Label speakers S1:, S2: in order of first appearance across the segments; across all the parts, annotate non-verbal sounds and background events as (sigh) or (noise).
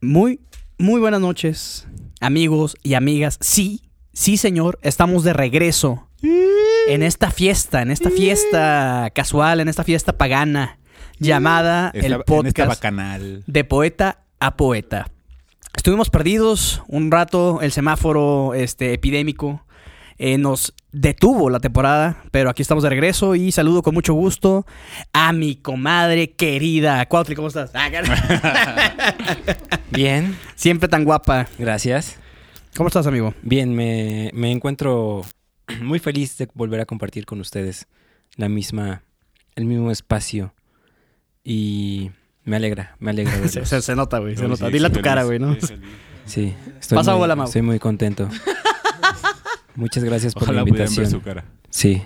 S1: Muy, muy buenas noches, amigos y amigas. Sí, sí, señor, estamos de regreso en esta fiesta, en esta fiesta casual, en esta fiesta pagana, llamada
S2: Esta-
S1: el
S2: En esta
S1: podcast
S2: bacanal.
S1: de poeta a poeta. Estuvimos perdidos un rato, el semáforo este, epidémico eh, nos detuvo la temporada, pero aquí estamos de regreso y saludo con mucho gusto a mi comadre querida. Cuautli, ¿cómo estás? Ah, car-
S2: (laughs)
S3: Bien,
S1: Siempre tan guapa.
S3: gracias.
S1: ¿Cómo estás, amigo?
S3: Bien, me, me encuentro (clears throat) muy feliz de volver a compartir con ustedes la misma, el mismo espacio. Y me alegra,
S2: (laughs)
S3: me alegra.
S1: Se,
S3: verlos.
S1: se- se nota, güey, se
S2: No,
S1: nota.
S2: sí,
S1: Dile a
S2: sí,
S1: tu
S2: feliz.
S1: cara, güey, ¿no?
S3: Sí, estoy
S1: Pasa
S3: muy,
S1: bola, Mau.
S3: estoy muy
S2: (laughs)
S3: contento. Muchas gracias por
S2: Ojalá
S3: la
S2: pudieran ver su
S3: invitación.
S2: cara.
S3: Sí.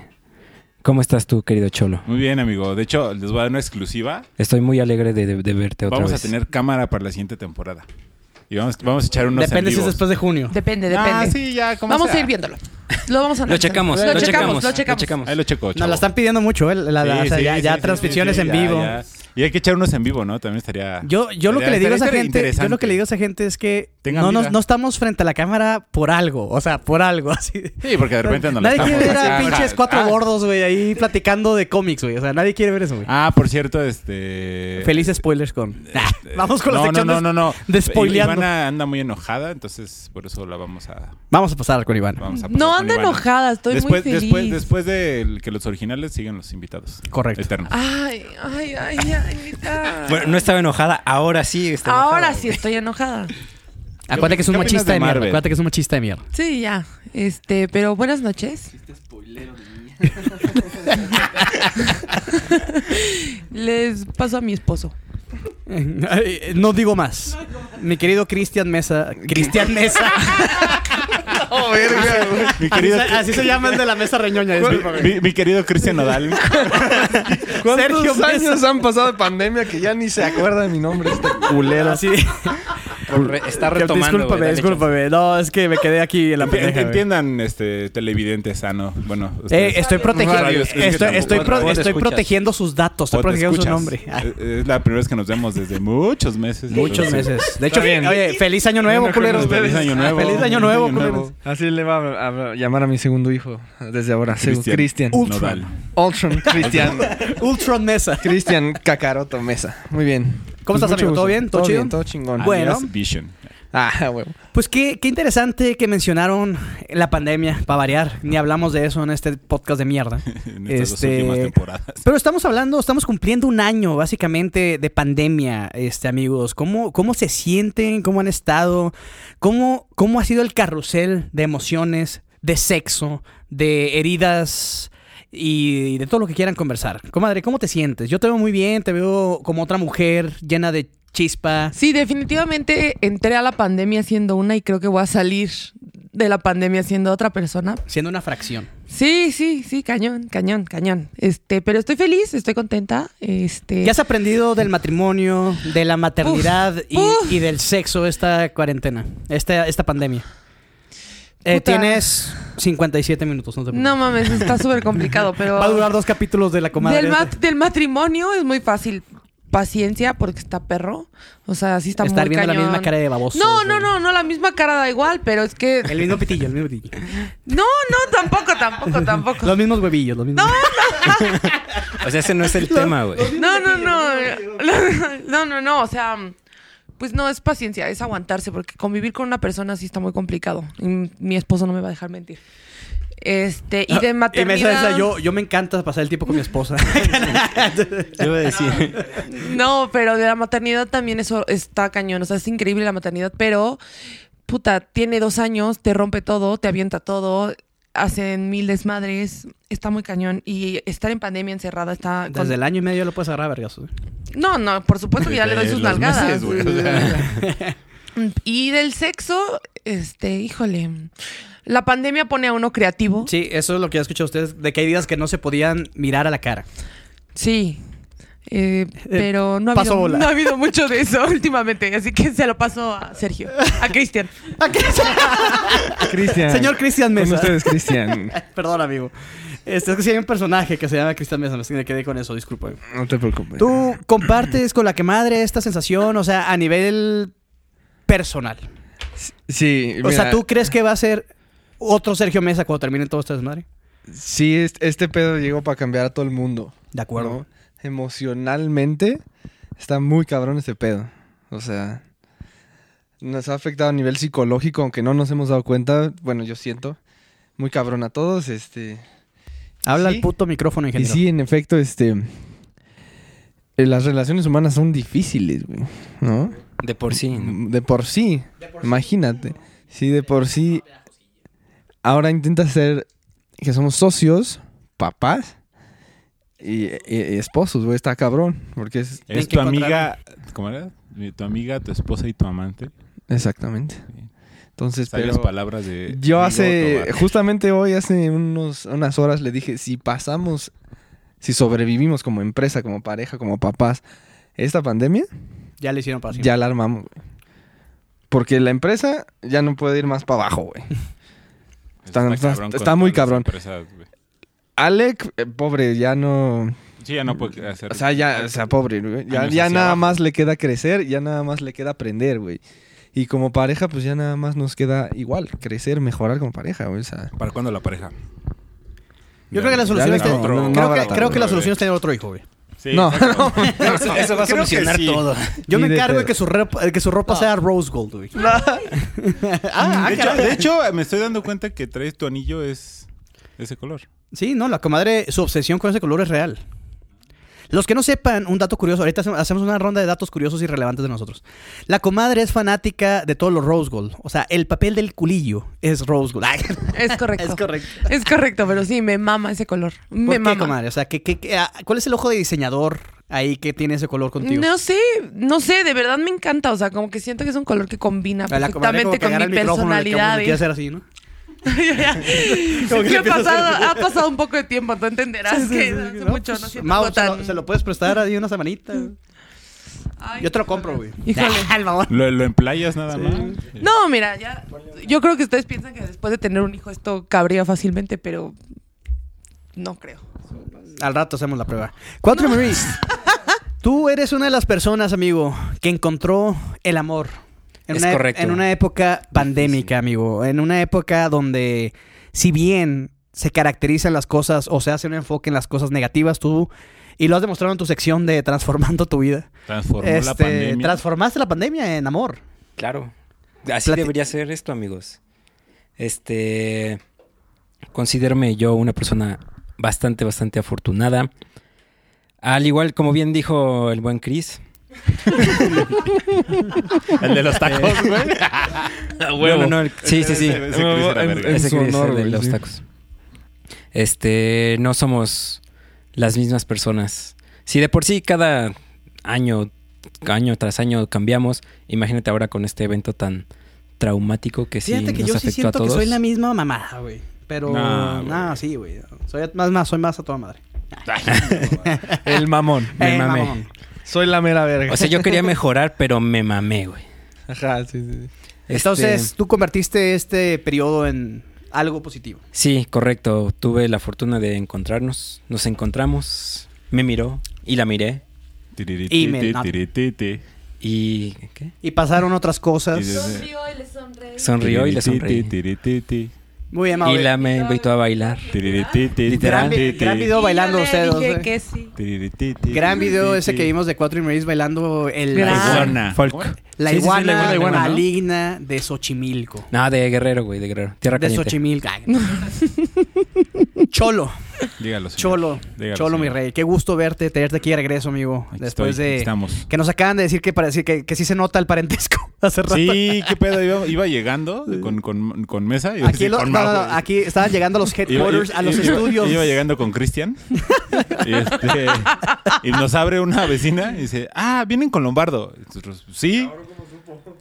S3: ¿Cómo estás tú, querido Cholo?
S2: Muy bien, amigo. De hecho, les voy a dar una exclusiva.
S3: Estoy muy alegre de, de- de verte otra
S2: vamos a
S3: vez.
S2: tener cámara para la siguiente temporada. Y vamos, vamos a echar unos
S1: Depende si
S2: en
S1: es
S2: vivos.
S1: después de junio.
S4: Depende, depende.
S2: Ah, sí, ya, como
S4: Vamos
S2: sea.
S4: a ir viéndolo. Lo vamos a
S3: Lo checamos,
S4: lo, checamos,
S3: lo
S4: lo checamos.
S3: checamos.
S2: Ahí lo checo,
S1: Nos
S2: chavo.
S1: la están pidiendo mucho, ¿eh? La- la-
S2: Sí,
S1: o sea,
S2: sí,
S1: ya,
S2: sí,
S1: ya
S2: sí,
S1: transmisiones
S2: sí,
S1: en
S2: ya,
S1: vivo.
S2: ya. Y hay que echar unos en vivo, ¿no? También estaría...
S1: Yo, yo lo que le
S2: estaría-
S1: digo a esa
S2: estaría
S1: gente, yo lo
S2: interesante.
S1: que le digo a esa gente es que
S2: Tengan
S1: no, nos,
S2: vida.
S1: no estamos frente a la cámara por algo, o sea, por algo (laughs) así.
S2: Sí, porque de repente no la
S1: nadie quiere
S2: estamos
S1: ver a
S2: sacando.
S1: pinches cuatro
S2: Ah,
S1: gordos, güey, ahí platicando de cómics, güey. O sea, nadie quiere ver eso, güey.
S2: Ah, por cierto, este...
S1: (laughs) Feliz spoilers con. Ah, (laughs) Vamos con la
S2: no,
S1: sección.
S2: no, no,
S1: de-
S2: no, no.
S1: de spoileando.
S2: Ivana anda muy enojada, entonces por eso la vamos a...
S1: Vamos a pasar con Iván.
S2: Vamos a pasar
S4: No
S2: con
S4: anda
S2: Ivana.
S4: enojada, estoy
S2: después,
S4: muy feliz.
S2: Después, después de que los originales sigan los invitados.
S1: Correcto.
S2: Eternos.
S4: Ay, ay, ay, ay. ahorita.
S3: Bueno, no estaba enojada, ahora sí. está enojada,
S4: Ahora
S3: güey.
S4: sí estoy enojada.
S1: Acuérdate que es un
S2: ¿Qué opinas
S1: machista
S2: de
S1: de mierda.
S2: Marvel?
S1: Acuérdate que es un machista de mierda.
S4: Sí, ya. Este, pero buenas noches. Les paso a mi esposo.
S1: Ay, No digo más. Mi querido Cristian Mesa. Cristian Mesa.
S2: Oh,
S4: Ah,
S2: Mi
S4: (laughs)
S2: querido,
S1: así, se- así se llama el de la mesa reñoña. disculpa, güey.
S2: mi, mi querido Cristian
S4: (laughs)
S2: Nodal.
S5: ¿Cuántos
S1: Sergio Mesa.
S5: años han pasado de pandemia que ya ni se acuerda de mi nombre este
S1: (laughs)
S5: culero?
S1: Así.
S3: Re- está retomando. eh, güey,
S1: discúlpame,
S3: dale,
S1: discúlpame. No, es que me quedé aquí en la pendeja, güey.
S2: Entiendan, este televidente sano. Bueno,
S1: Eh,
S2: ustedes-
S1: estoy protegiendo,
S2: Radio escucha
S1: estoy,
S2: tampoco.
S1: estoy pro-
S3: O te
S1: estoy
S3: escuchas.
S1: protegiendo sus datos,
S2: o
S1: estoy
S2: te
S1: protegiendo su
S2: escuchas.
S1: nombre. Ah,
S2: Eh, eh, Es la primera vez que nos vemos desde muchos meses.
S1: Muchos
S2: Entonces,
S1: meses. De hecho,
S5: Está bien.
S1: oye, feliz año nuevo,
S5: Bueno, con
S1: culeros.
S5: ustedes.
S2: Feliz año nuevo.
S1: Feliz año nuevo, culeros.
S5: Así le va a, a llamar a mi segundo hijo desde ahora.
S2: Cristian.
S5: Cristian.
S2: Nodal.
S1: Uh. (laughs)
S5: Ultron Cristian.
S1: (laughs) Ultron Mesa.
S5: Cristian Cacaroto Mesa. Muy bien.
S1: ¿Cómo estás,
S5: mucho
S1: amigo? ¿Todo
S5: gusto.
S1: bien? ¿Todo
S5: ¿Todo,
S1: chido?
S5: bien? Todo chingón.
S1: Bueno.
S2: Alias Vision.
S5: Ah, (laughs) huevo.
S1: Pues qué, qué interesante que mencionaron la pandemia, para variar. Ni hablamos de eso en este podcast de mierda.
S2: En estas dos
S1: Este-
S2: últimas temporadas.
S1: Pero estamos hablando, estamos cumpliendo un año básicamente de pandemia, este amigos. ¿Cómo, cómo se sienten? ¿Cómo han estado? ¿Cómo, ¿Cómo ha sido el carrusel de emociones, de sexo, de heridas y de todo lo que quieran conversar? Comadre, ¿cómo te sientes? Yo te veo muy bien, te veo como otra mujer llena de chispa.
S4: Sí, definitivamente entré a la pandemia siendo una y creo que voy a salir de la pandemia siendo otra persona,
S1: Siendo una fracción.
S4: Sí, sí, sí, cañón, cañón, cañón. Este, pero estoy feliz, estoy contenta. Este,
S1: ¿Qué has aprendido del matrimonio, de la maternidad y,
S4: uf.
S1: y del sexo esta cuarentena, esta, esta pandemia? Eh,
S4: Puta.
S1: tienes 57 minutos, no te
S4: no
S1: preocupes.
S4: mames, está súper complicado, pero
S1: Va a durar dos capítulos de la comadre.
S4: del, mat- del matrimonio es muy fácil. Paciencia, porque está perro. O sea, sí está
S1: Estar
S4: muy
S1: viendo la
S4: cañón.
S1: misma cara de baboso.
S4: No, no, no, no, la misma cara da igual, pero es que.
S1: El mismo pitillo, el mismo pitillo.
S4: (laughs) No, no, tampoco, tampoco, tampoco.
S1: Los mismos huevillos, los mismos.
S3: O sea, ese no es el tema, güey.
S4: No, no, eh, no. No, no, no. O sea, pues no, es paciencia, es aguantarse, porque convivir con una persona sí está muy complicado. Y m- mi esposo no me va a dejar mentir. Este, y de maternidad.
S1: Ah, Y me decía, yo, yo me encanta pasar el tiempo con mi
S4: (laughs)
S1: esposa.
S3: Yo iba a decir.
S4: No, pero de la maternidad también eso está cañón. O sea, es increíble la maternidad, pero puta, tiene dos años, te rompe todo, te avienta todo, hacen mil desmadres, está muy cañón. Y estar en pandemia encerrada está. con-
S1: Desde el año y medio lo puedes agarrar, vergas.
S4: No, no, por supuesto que (laughs) ya le doy sus
S2: Los meses,
S4: nalgadas.
S2: güey, o
S4: (laughs)
S2: sea.
S4: Y del sexo, este, híjole. La pandemia pone a uno creativo. Sí.
S1: Sí, eso es lo que he escuchado ustedes, de que hay días que no se podían mirar a la cara.
S4: Eh, pero no ha,
S1: Paso
S4: habido,
S1: bola.
S4: no ha habido mucho de eso (laughs) últimamente, así que se lo paso a Sergio, a Cristian.
S1: (laughs)
S5: Cristian.
S1: Señor Cristian
S5: Con
S1: Mesa.
S5: ustedes, Cristian.
S1: (laughs) Perdón, amigo. Este, es que si hay un personaje que se llama Cristian Mesa, me quedé con eso, disculpa.
S5: (laughs) No te preocupes.
S1: ¿Tú compartes con la que madre esta sensación? O sea, a nivel personal.
S5: Sí,
S1: O sea,
S5: mira,
S1: ¿tú crees que va a ser otro Sergio Mesa cuando termine todo este desmadre?
S5: Sí, est- este pedo llegó para cambiar a todo el mundo.
S1: De acuerdo.
S5: ¿no? Emocionalmente está muy cabrón este pedo. O sea, nos ha afectado a nivel psicológico, aunque no nos hemos dado cuenta. Bueno, yo siento muy cabrón a todos, este.
S1: Habla
S5: Sí.
S1: el puto micrófono,
S5: Y
S1: ingeniero.
S5: sí, en efecto, este eh, las relaciones humanas son difíciles, güey, ¿no?
S3: De por
S5: (laughs)
S3: sí. ¿no?
S5: De por sí, imagínate. Sí, de por sí. Ahora intenta ser que somos socios, papás y, y- y esposos, güey. Está cabrón. Porque es.
S2: Eres
S1: que
S2: tu amiga, ¿cómo era? Mi- Tu amiga, tu esposa y tu amante.
S5: Exactamente. Entonces,
S2: Sabias
S5: pero.
S2: palabras de...
S5: Yo hace.
S2: Diego Tobar.
S5: Justamente hoy, hace unos, unas horas, le dije: si pasamos. Si sobrevivimos como empresa, como pareja, como papás, esta pandemia,
S1: Ya le hicieron pasión.
S5: ya la armamos, güey. Porque la empresa ya no puede ir más para abajo, güey. Está- está-
S2: con
S5: está muy
S2: todas las
S5: cabrón.
S2: empresas, güey.
S5: Alec, eh, pobre, ya no.
S2: Sí, ya no puede hacer...
S5: O sea, ya, o sea, pobre, güey. Ya,
S2: Años
S5: ya
S2: hacia
S5: nada
S2: abajo.
S5: más le queda crecer, ya nada más le queda aprender, güey. Y como pareja, pues ya nada más nos queda igual, crecer, mejorar como pareja, güey. O sea,
S2: ¿Para cuándo la pareja?
S1: Yo creo que la
S5: Ya
S1: solución
S5: le
S1: es tener-
S5: encontró.
S1: creo
S5: No,
S1: que-
S5: no,
S1: creo,
S5: no,
S1: que la
S2: no,
S1: solución
S2: no.
S1: es tener otro hijo, güey.
S2: Sí,
S5: No,
S2: exacto.
S3: Eso va a
S2: Creo que
S3: solucionar
S2: sí.
S3: todo.
S1: Yo me
S5: Ni de
S1: encargo de
S5: pedo.
S1: que su, rep- eh, que su ropa sea rose gold,
S5: (laughs)
S1: güey. (laughs) ah, ah,
S2: de, hecho,
S1: caray.
S2: de hecho, me estoy dando cuenta que traes tu anillo es ese color.
S1: Sí, no, la comadre, su obsesión con ese color es real. Los que no sepan, un dato curioso, ahorita hace- hacemos una ronda de datos curiosos y relevantes de nosotros. La comadre es fanática de todos los rose gold. O sea, el papel del culillo es rose gold. (laughs) Ay,
S4: Es correcto.
S1: es correcto.
S4: Es correcto, pero sí, me mama ese color.
S1: ¿Por
S4: Me
S1: qué,
S4: mama.
S1: comadre? O sea, ¿qué- qué- qué- ah, ¿cuál es el ojo de diseñador ahí que tiene ese color contigo?
S4: No sé, no sé, de verdad me encanta. O sea, como que siento que es un color que combina
S1: A la comadre como
S4: perfectamente
S1: que agarra
S4: con
S1: el
S4: mi
S1: micrófono, le- como que
S4: personalidad.
S1: quiere
S4: ¿eh? (laughs)
S1: hacer así, ¿no? (laughs)
S4: Es
S1: Como que
S4: que
S1: empieza a
S4: ha
S1: hacer- (laughs)
S4: pasado, ha pasado un poco de tiempo, tú
S1: Sí,
S4: entenderás
S1: sí,
S4: que
S1: sí,
S4: hace
S1: no,
S4: mucho
S1: pues,
S4: no siento
S1: Mau,
S4: algo
S1: se, lo,
S4: tan-
S1: se lo puedes prestar ahí una semanita.
S4: Ay,
S1: Yo te lo compro, güey.
S4: Híjole.
S1: Ah, el mamón.
S2: Lo, lo emplayas nada más.
S4: No, mira, ya. Yo creo que ustedes piensan que después de tener un hijo esto cabría fácilmente, pero no creo.
S1: Al rato hacemos la prueba. Cuatro Marie.
S3: (laughs)
S1: Tú eres una de las personas, amigo, que encontró el amor. En
S3: Es
S1: una, e-
S3: correcto.
S1: En una época pandémica, amigo. En una época donde, si bien se caracterizan las cosas o se hace un enfoque en las cosas negativas, tú. Y lo has demostrado en tu sección de Transformando tu vida.
S2: Transformó la
S1: Este,
S2: pandemia.
S1: Transformaste la pandemia en amor.
S3: Claro. Así
S1: Plati-
S3: debería ser esto, amigos. Este. Considérame yo una persona bastante, bastante afortunada. Al igual, como bien dijo el buen Chris.
S2: El de los tacos, güey.
S3: No, no, no, el- sí, sí, sí.
S2: Ese- ese Chris era
S5: En-
S2: verga.
S5: en-
S3: Ese
S5: su
S3: Chris,
S5: honor,
S3: el de
S5: güey,
S3: los
S5: sí.
S3: tacos. Este, no somos las mismas personas. Si de por sí cada año, año tras año cambiamos, imagínate ahora con este evento tan traumático que sí
S1: Fíjate que
S3: nos
S1: yo sí
S3: afectó a
S1: siento que
S3: todos.
S1: soy la misma mamada, güey. Pero.
S2: Nah,
S1: No,
S2: güey.
S1: sí, güey. Soy más, más, soy más a toda madre.
S5: el mamón.
S3: Me mamé.
S1: mamón.
S5: Soy la mera verga.
S3: O sea, yo quería mejorar, pero me mamé, güey.
S5: (laughs) Ajá, sí, sí.
S3: Este,
S1: Entonces, tú convertiste este periodo en algo positivo.
S3: sí, correcto. Tuve la fortuna de encontrarnos. Nos encontramos. Me miró y la miré.
S2: Tiriri,
S1: (laughs) Y me-
S2: ti,
S1: no.
S2: tiri, ti, ti.
S3: Y. ¿Qué?
S1: Y pasaron otras cosas.
S2: Y dices,
S6: Sonrió y le sonreí.
S3: Sonrió y le
S2: tiriri, ti,
S3: sonreí.
S2: tiri, ti, ti.
S1: Muy bien, Mau.
S3: Y la me invitó a bailar.
S2: Tiriri, ti, ti,
S3: Literal.
S1: gran, vi-
S2: ti, ti.
S1: gran video bailando
S4: Y yo le
S1: ustedes dos.
S4: dije
S1: eh.
S4: que sí.
S2: Tiriri, ti, ti,
S1: Gran
S2: ti,
S1: video
S2: ti,
S1: ese
S2: ti.
S1: que vimos de Cuatro y Maris bailando el
S4: Gran.
S1: la iguana-
S2: Iguana.
S3: Folk.
S1: la
S3: Sí, sí, sí,
S1: iguana,
S3: la iguana, ¿no?
S1: maligna de Xochimilco.
S3: No, de Guerrero, güey, de Guerrero. Tierra
S1: De
S3: Caliente.
S1: Xochimilco. Ay, no.
S3: (laughs)
S1: Cholo,
S2: Dígalo, señor.
S1: Cholo,
S2: Dígalo,
S1: Cholo, mi
S2: señor.
S1: rey. Qué gusto verte, tenerte aquí de regreso, amigo.
S2: Aquí
S1: después
S2: estoy,
S1: de
S2: aquí
S1: (laughs)
S2: Estamos.
S1: que nos acaban de decir que parece que, que sí se nota el parentesco (laughs) hace rato.
S2: Sí, qué pedo. Iba, iba llegando con, con, con mesa. y iba a
S1: Aquí,
S2: decir,
S1: lo-
S2: con
S1: no, no,
S2: Mau,
S1: no,
S2: güey.
S1: aquí estaban llegando a los headquarters, a los
S2: iba-
S1: estudios.
S2: Iba llegando
S1: (laughs)
S2: con Cristian. y, este, y nos abre una vecina y dice, ah, vienen con Lombardo. Y nosotros, sí.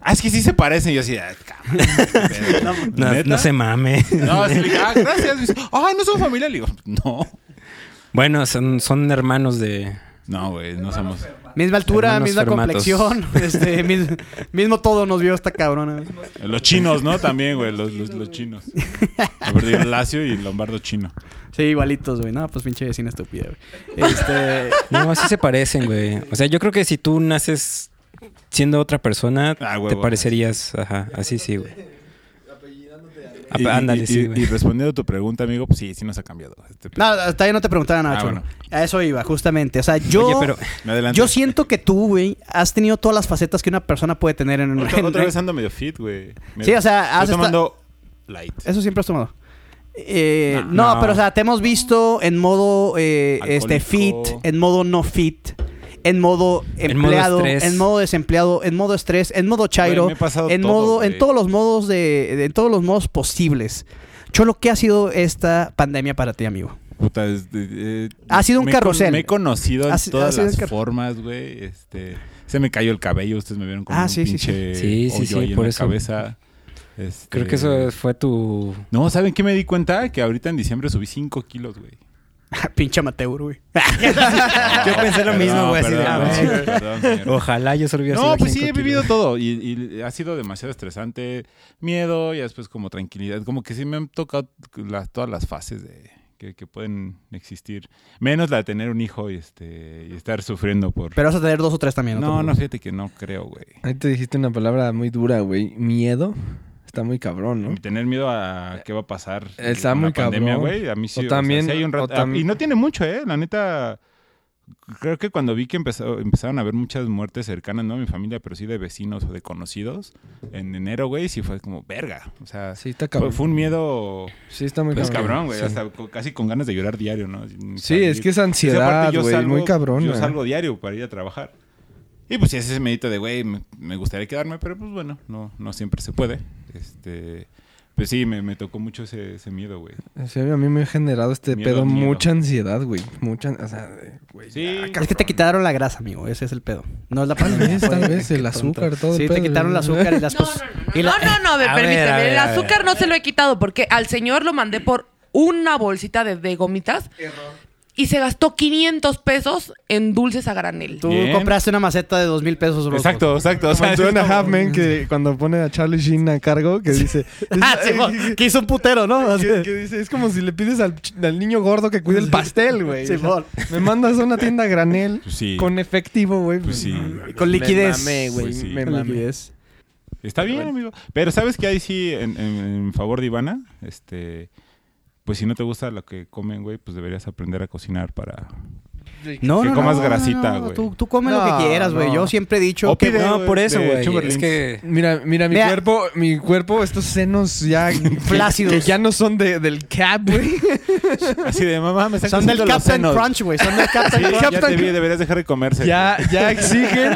S2: Ah, es que sí se parecen. Y yo así, "Ah, cabrón,
S1: (laughs)
S2: qué pedo".
S3: No,
S2: ¿Neta?
S3: no se mame.
S2: (laughs) No, así le dije, ah, gracias. Y dice, ah, no son familia. Le digo, no.
S3: Bueno, son, son hermanos de.
S2: No, güey, no somos.
S1: Misma altura,
S3: Hermanos
S1: misma
S3: Fermatos.
S2: (laughs)
S1: complexión, este, mis- mismo todo nos vio esta cabrona.
S2: Los chinos, ¿no? También, güey, los, los, los chinos. A ver, digo, Lacio y Lombardo chino.
S1: Sí, igualitos, güey. No, pues pinche vecina estúpida, güey. Este,
S3: No, sí se parecen, güey. O sea, yo creo que si tú naces siendo otra persona,
S2: Ah,
S3: te
S2: huevo,
S3: parecerías, ajá, así sí, güey. Ap-
S2: Y-
S3: Ándale,
S2: y,
S3: sí,
S2: y-
S3: güey.
S2: y respondiendo a tu pregunta, amigo, pues sí, sí nos ha cambiado. Este,
S1: No, hasta ahí no te preguntaba nada,
S2: Ah,
S1: Cholo.
S2: bueno.
S1: A eso iba, justamente. O sea, yo.
S3: Oye, pero-
S2: Me adelanto.
S1: Yo siento que tú, güey, has tenido todas las facetas que una persona puede tener en un
S2: Otra, otra vez ando medio fit, güey. Me-
S1: Sí, o sea, has
S2: Estoy
S1: esta-
S2: tomando light.
S1: Eso siempre has tomado. Eh,
S3: No.
S1: no,
S3: No.
S1: pero o sea, te hemos visto en modo eh, este fit,
S2: Alcohólico.
S1: en modo no fit, en modo
S3: En modo
S1: empleado, en modo,
S3: estrés.
S1: desempleado, en modo estrés, en modo chairo,
S2: Güey, me he pasado
S1: en
S2: todo,
S1: modo, en
S2: güey.
S1: todos los modos de, de- en todos los modos posibles. Cholo, ¿qué ha sido esta pandemia para ti, amigo? (laughs)
S2: Puta, es- eh, eh,
S1: Ha sido un
S2: me he con-
S1: carrusel.
S2: Me he conocido en
S1: Ha si- ha
S2: todas
S1: sido un
S2: las
S1: car-
S2: formas, güey. Este, se me cayó el cabello, ustedes me vieron como
S1: Ah,
S2: un
S1: sí, sí, sí.
S2: pinche
S3: Sí, sí,
S2: hoyo
S3: sí,
S2: ahí en
S3: por
S2: la
S3: eso.
S2: cabeza. Este,
S3: Creo que eso fue tu...
S2: No, ¿saben qué me di cuenta? Que ahorita en diciembre subí 5 kilos, güey.
S1: Pinche amateur, güey.
S2: Yo
S6: pensé lo mismo, güey, así de,
S2: Perdón,
S6: ah,
S2: perdón, perdón, señor.
S3: Ojalá yo solo hubiera
S2: No,
S3: sido
S2: pues sí,
S3: cinco
S2: he vivido
S3: kilos.
S2: todo. Y, y ha sido demasiado estresante. Miedo y después como tranquilidad. Como que sí me han tocado las- todas las fases de, que, que pueden existir. Menos la de tener un hijo y, este, y estar sufriendo por...
S1: Pero vas a tener dos o tres también. te
S2: no, no,
S1: preocupes.
S2: fíjate que no creo, güey.
S5: Ahorita dijiste una palabra muy dura, güey. Miedo. Está muy cabrón, ¿no? Eh,
S2: Tener miedo a qué va a pasar.
S5: Está
S2: con
S5: muy
S2: la pandemia,
S5: cabrón.
S2: güey. A mí sí. o
S5: O
S2: sea,
S5: también-
S2: sí hay un
S5: o
S2: rato- ah,
S5: tam-
S2: Y no tiene mucho, ¿eh? La neta. Creo que cuando vi que empezó, empezaron a haber muchas muertes cercanas, no a mi familia, pero sí de vecinos o de conocidos, en enero, güey, sí fue como verga. O sea,
S5: Sí, está
S2: fue,
S5: cabrón.
S2: fue un miedo.
S5: Sí, está muy
S2: Pues
S5: cabrón.
S2: cabrón, güey.
S5: Sí.
S2: hasta co- casi con ganas de llorar diario, ¿no? Sin
S5: Sí, es
S2: salir.
S5: que es
S2: Sí, aparte
S5: ansiedad,
S2: yo
S5: güey.
S2: salgo-
S5: Muy cabrón.
S2: Yo salgo diario para ir a trabajar. Y pues sí, es ese medito de, güey, me, me gustaría quedarme, pero pues bueno, no, no siempre se puede. Este, pues sí, me, me tocó mucho ese, ese miedo, güey.
S5: Sí, a mí me ha generado este
S2: Miedo,
S5: pedo
S2: miedo.
S5: mucha ansiedad, güey. Mucha, o sea, de- güey.
S2: Sí,
S1: Es que te quitaron la grasa, amigo. Ese es el pedo. No es la
S5: Tal
S1: pandemia.
S5: vez, tal
S1: fue-
S5: vez, el
S1: qué tonto.
S5: azúcar, todo el
S1: Sí, te
S5: pedo.
S1: quitaron el azúcar
S4: (laughs)
S1: y las
S4: No,
S1: cosas.
S4: no, no, no, no, me
S3: A ver,
S4: permíteme.
S3: a ver,
S4: el
S3: a ver.
S4: azúcar no se lo he quitado porque al señor lo mandé por una bolsita de, de gomitas y se gastó 500 pesos en dulces a granel.
S1: Tú
S2: Bien.
S1: compraste una maceta de dos mil pesos, Rosco.
S2: exacto, exacto. O sea,
S5: Como en Two and a
S2: es como-
S5: Half
S6: (laughs)
S5: Men, que cuando pone a Charlie Sheen a cargo, que dice...
S1: (laughs)
S2: (laughs)
S1: Ah, sí, mo- que hizo un putero, ¿no? Así-
S5: que, que dice, es como si le pides al, ch- al niño gordo que cuide el pastel, güey. O sea,
S1: Simón.
S5: me mandas a una tienda a granel
S2: Pues sí,
S5: con efectivo, güey. Mm.
S2: pues sí.
S1: Con liquidez.
S6: Me mamé, güey.
S2: Pues sí.
S6: Me
S1: Con
S6: mamé.
S1: liquidez.
S2: Está bien, amigo. Pero ¿sabes que ahí sí, en, en- en favor de Ivana? Este, pues si no te gusta lo que comen, güey, pues deberías aprender a cocinar
S5: (laughs)
S2: para...
S1: No,
S2: Que
S1: no,
S2: comas
S1: no,
S2: grasita,
S1: no, no,
S2: güey.
S1: Tú, tú come lo
S5: No,
S1: que quieras, güey.
S5: no.
S1: Yo siempre he dicho
S2: O
S1: que...
S2: pide-
S3: No, por eso,
S2: de
S3: güey. Es
S2: Chamberlains.
S3: que...
S5: Mira, mira, mi
S1: Mira.
S5: cuerpo, mi cuerpo, estos
S6: (laughs)
S5: senos ya que-
S1: Flácidos.
S5: que ya no son de, del
S2: Ah,
S5: cap, güey.
S2: Así de, mamá, me están
S1: Son del
S2: creciendo los
S1: Captain
S2: senos".
S1: Crunch, güey. Son del
S2: (laughs) Sí,
S1: Captain Crunch.
S2: ya te vi, deberías dejar de comerse.
S5: Ya, ya exigen.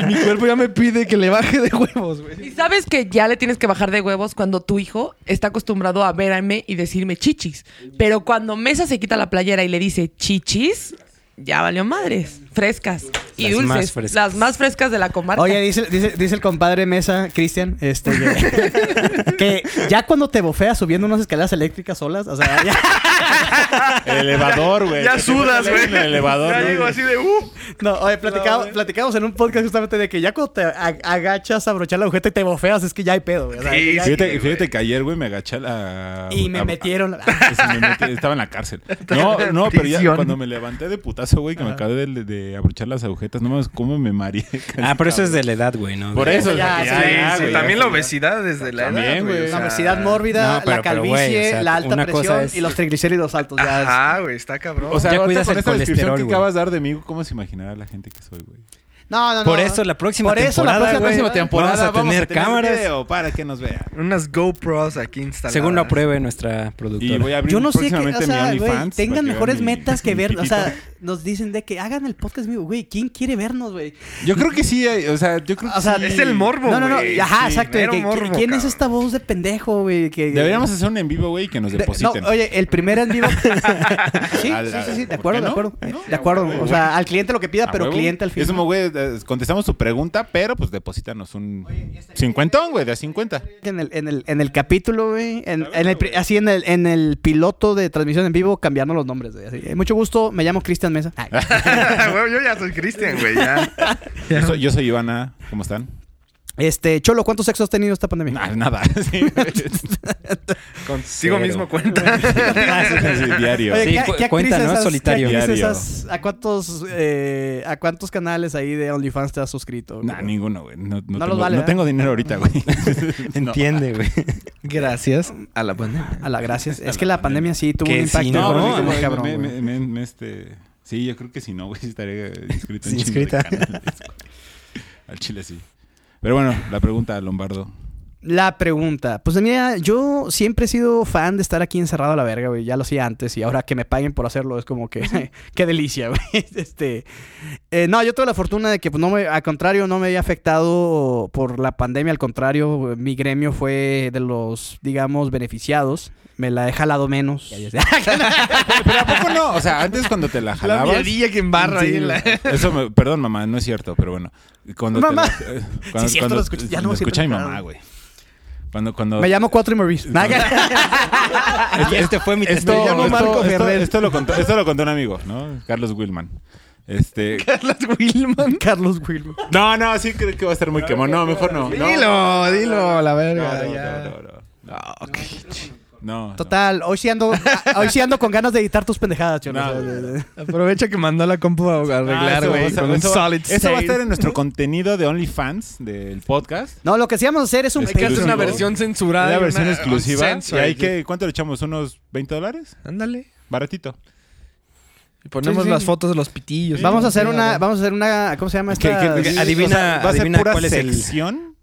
S5: y mi cuerpo ya me pide que le baje de huevos, güey.
S4: Y sabes que ya le tienes que bajar de huevos cuando tu hijo está acostumbrado a verme y decirme chichis. Pero cuando Mesa se quita la playera y le dice chichis, ya valió madres. Frescas y
S3: Las
S4: dulces.
S3: más frescas.
S4: Las más frescas de la
S1: (laughs)
S4: comarca.
S1: Oye, dice, dice, dice el compadre Mesa, Cristian, este, que, (laughs) que ya cuando te bofeas subiendo unas escaleras eléctricas solas, o sea, ya,
S2: El elevador,
S6: (laughs)
S2: güey.
S6: Ya sudas, güey.
S2: El elevador.
S6: Ya
S2: ¿no?
S6: llego así de, uh.
S1: no, oye, platicamos, platicamos en un podcast justamente de que ya cuando te a- agachas a abrochar la agujeta y te bofeas, es que ya hay pedo, güey. o sea,
S6: Sí,
S1: ya-
S2: Fíjate, fíjate que ayer, güey, me agaché a la...
S1: Y me
S2: a- (laughs)
S1: metieron.
S2: a- se me meti- estaba en la cárcel. No, no, pero ya
S5: Prisión.
S2: cuando me levanté de putazo, güey, que me acabé de, de abrochar las agujetas, no mames, cómo me mareé.
S3: (laughs)
S2: (laughs)
S3: Ah, pues, pero eso es de la edad, güey, ¿no?
S2: Por eso.
S1: Ya,
S2: o sea,
S1: sí, sí,
S2: güey,
S6: también
S2: ya.
S6: la obesidad desde la edad,
S2: También, güey,
S6: güey.
S1: (laughs)
S2: o
S1: La obesidad mórbida,
S3: no, pero-
S1: la
S3: pero,
S1: calvicie,
S3: güey, o sea,
S1: la alta
S3: una cosa
S1: presión
S3: es-
S1: y los triglicéridos altos. Ya es-
S6: Ajá, güey, está cabrón.
S2: O sea,
S3: Ya
S2: ahorita
S3: cuidas
S2: con
S3: el
S2: esta descripción
S3: colesterol,
S2: que
S3: güey.
S2: acabas de dar de mí, ¿cómo se imaginará la gente que soy, güey?
S1: No, no, no.
S3: Por eso la próxima
S1: Por eso la
S3: temporada,
S1: próxima-
S3: güey,
S1: próxima
S3: temporada vamos a vamos a tener tener cámaras. video
S2: para que nos vean.
S6: Unas GoPros aquí instaladas.
S3: Según lo
S5: (laughs)
S3: apruebe nuestra
S2: Y
S3: productora.
S2: voy a abrir
S1: Yo no sé qué, o
S2: próximamente mi
S1: sea, güey,
S2: OnlyFans para
S1: tengan
S2: que
S1: mejores
S2: vean mi- (laughs)
S1: metas que
S2: mi
S1: ver, o
S2: pitito.
S1: sea, nos dicen de que hagan el podcast mío, güey, ¿quién quiere vernos, güey?
S2: Yo creo que sí, eh, o sea, yo creo que
S1: O sea,
S2: sí.
S6: Es el morbo,
S1: No, no, no,
S6: güey.
S1: ajá,
S6: Sí,
S1: exacto, de
S6: mero
S1: que-
S6: morbo,
S1: ¿quién es
S6: cabrón.
S1: esta voz de pendejo, güey? Que-
S2: Deberíamos hacer un en vivo, güey, que nos
S1: eh, De-
S2: depositen.
S1: No, oye, el primer en
S2: (laughs)
S1: vivo. sí, sí,
S2: A ver, a
S1: sí,
S2: ver,
S1: sí, de
S2: ¿por
S1: acuerdo,
S2: qué
S1: de acuerdo.
S2: no? ¿No?
S1: De acuerdo, o sea, al cliente lo que pida,
S2: ¿A
S1: pero
S2: huevo?
S1: cliente al
S2: Es
S1: final.
S2: como, güey, eh, contestamos tu pregunta, pero pues deposítanos un cincuentón, güey, de a cincuenta.
S1: En el, en, el, en el capítulo, güey, en, en el pri- así en el, en el piloto de transmisión en vivo, cambiarnos los nombres, güey. así. Eh, Mucho gusto, me llamo Cristian Mesa. Ay.
S6: Güey, yo ya soy Cristian, güey, ya.
S2: Yo soy, yo soy Ivana, ¿cómo están?
S1: (laughs) Este, Cholo, ¿cuántos sexos has tenido esta pandemia?
S2: Nah, nada. (laughs)
S1: (laughs)
S2: Sí.
S6: Consigo mismo cuenta.
S2: Ah, Sí, diario.
S1: Oye,
S3: Sí, cu- cuenta,
S1: actrices
S3: ¿no?
S1: has- qué
S3: Solitario.
S1: actrices
S2: Diario.
S1: has- ¿A cuántos eh, a cuántos canales ahí de OnlyFans te has suscrito?
S2: Nah, ninguno, güey. No,
S1: No
S2: no
S1: los
S2: tengo,
S1: vale,
S2: no
S1: ¿eh?
S2: tengo dinero
S1: (laughs)
S2: ahorita, güey. No.
S3: Entiende, güey.
S5: Gracias a la pandemia.
S1: A la
S2: (laughs)
S1: gracias. Es que la pandemia sí tuvo
S3: Que
S1: un impacto
S3: sí,
S2: No,
S3: No,
S2: pero sí,
S1: muy
S2: como que
S1: cabrón,
S2: me-
S1: güey.
S2: me- me- me, este... Sí, yo creo que si no, güey, estaría inscrito en
S3: Sí,
S2: chingo de
S3: inscrita.
S2: canales, güey. Al chile sí. Pero bueno, la pregunta,
S1: (laughs)
S2: Lombardo.
S1: La pregunta. Pues mira, yo siempre he sido fan de estar aquí encerrado a la verga, güey. Ya lo hacía antes y ahora que me paguen por hacerlo es como que... (laughs) ¡Qué delicia, güey! Este... eh, no, yo tuve la fortuna de que, pues, no me... Al contrario, no me había afectado por la pandemia. Al contrario, mi gremio fue de los, digamos, beneficiados. Me la he jalado menos.
S2: Pero ¿a poco no? O sea, antes cuando te la
S6: La
S2: jalabas...
S6: miadilla que embarra ahí en la...
S2: eh, Eso, me- perdón, mamá, no es cierto, pero bueno. Cuando te
S1: Mamá.
S2: la- eh, cuando,
S1: es cierto,
S2: cuando-
S1: lo escuché- ya no
S2: lo
S1: me siento
S2: escucha mi
S1: enojado.
S2: mamá, güey. Cuando,
S1: (laughs)
S2: cuando...
S1: me llamo Cuatro y Maurice.
S2: (laughs) Este, este fue mi
S1: Me llamo Marco
S2: esto-
S1: Ferrer.
S2: esto lo contó, esto lo contó un amigo, ¿no? Carlos Willman. Este,
S1: Carlos Wilmo.
S2: no, no, sí creo que va a estar muy quemado. No, mejor no. No,
S5: (laughs) Dilo, dilo, la verga.
S2: no,
S5: ya.
S2: no, no, no, no. No, no.
S1: Total, hoy sí ando, a- hoy sí ando con ganas de editar tus pendejadas, Cholo.
S2: No.
S5: Aprovecha que mandó la compu a arreglar,
S2: Ah, eso va
S5: güey.
S2: a estar-
S5: con un
S2: eso va-
S5: solid
S2: Eso va a
S5: state.
S2: estar en nuestro contenido de OnlyFans del podcast.
S1: No, lo que sí vamos a hacer es un
S2: Hay que hacer
S1: Patreon.
S2: una versión
S5: censurada.
S2: Una
S5: y
S2: versión
S5: una-
S2: exclusiva.
S5: uncensored.
S2: y hay que, ¿cuánto le echamos? ¿Unos 20 dólares?
S5: Ándale.
S2: Baratito.
S5: Y ponemos
S1: Sí, sí.
S5: las fotos de los pitillos.
S1: Vamos a hacer una, vamos a hacer una, ¿cómo se llama
S2: Que-
S1: esta?
S2: que- que-
S1: Sí,
S3: adivina-
S2: o sea, va a ser
S3: adivina
S2: pura
S3: cuál es el-
S2: sección.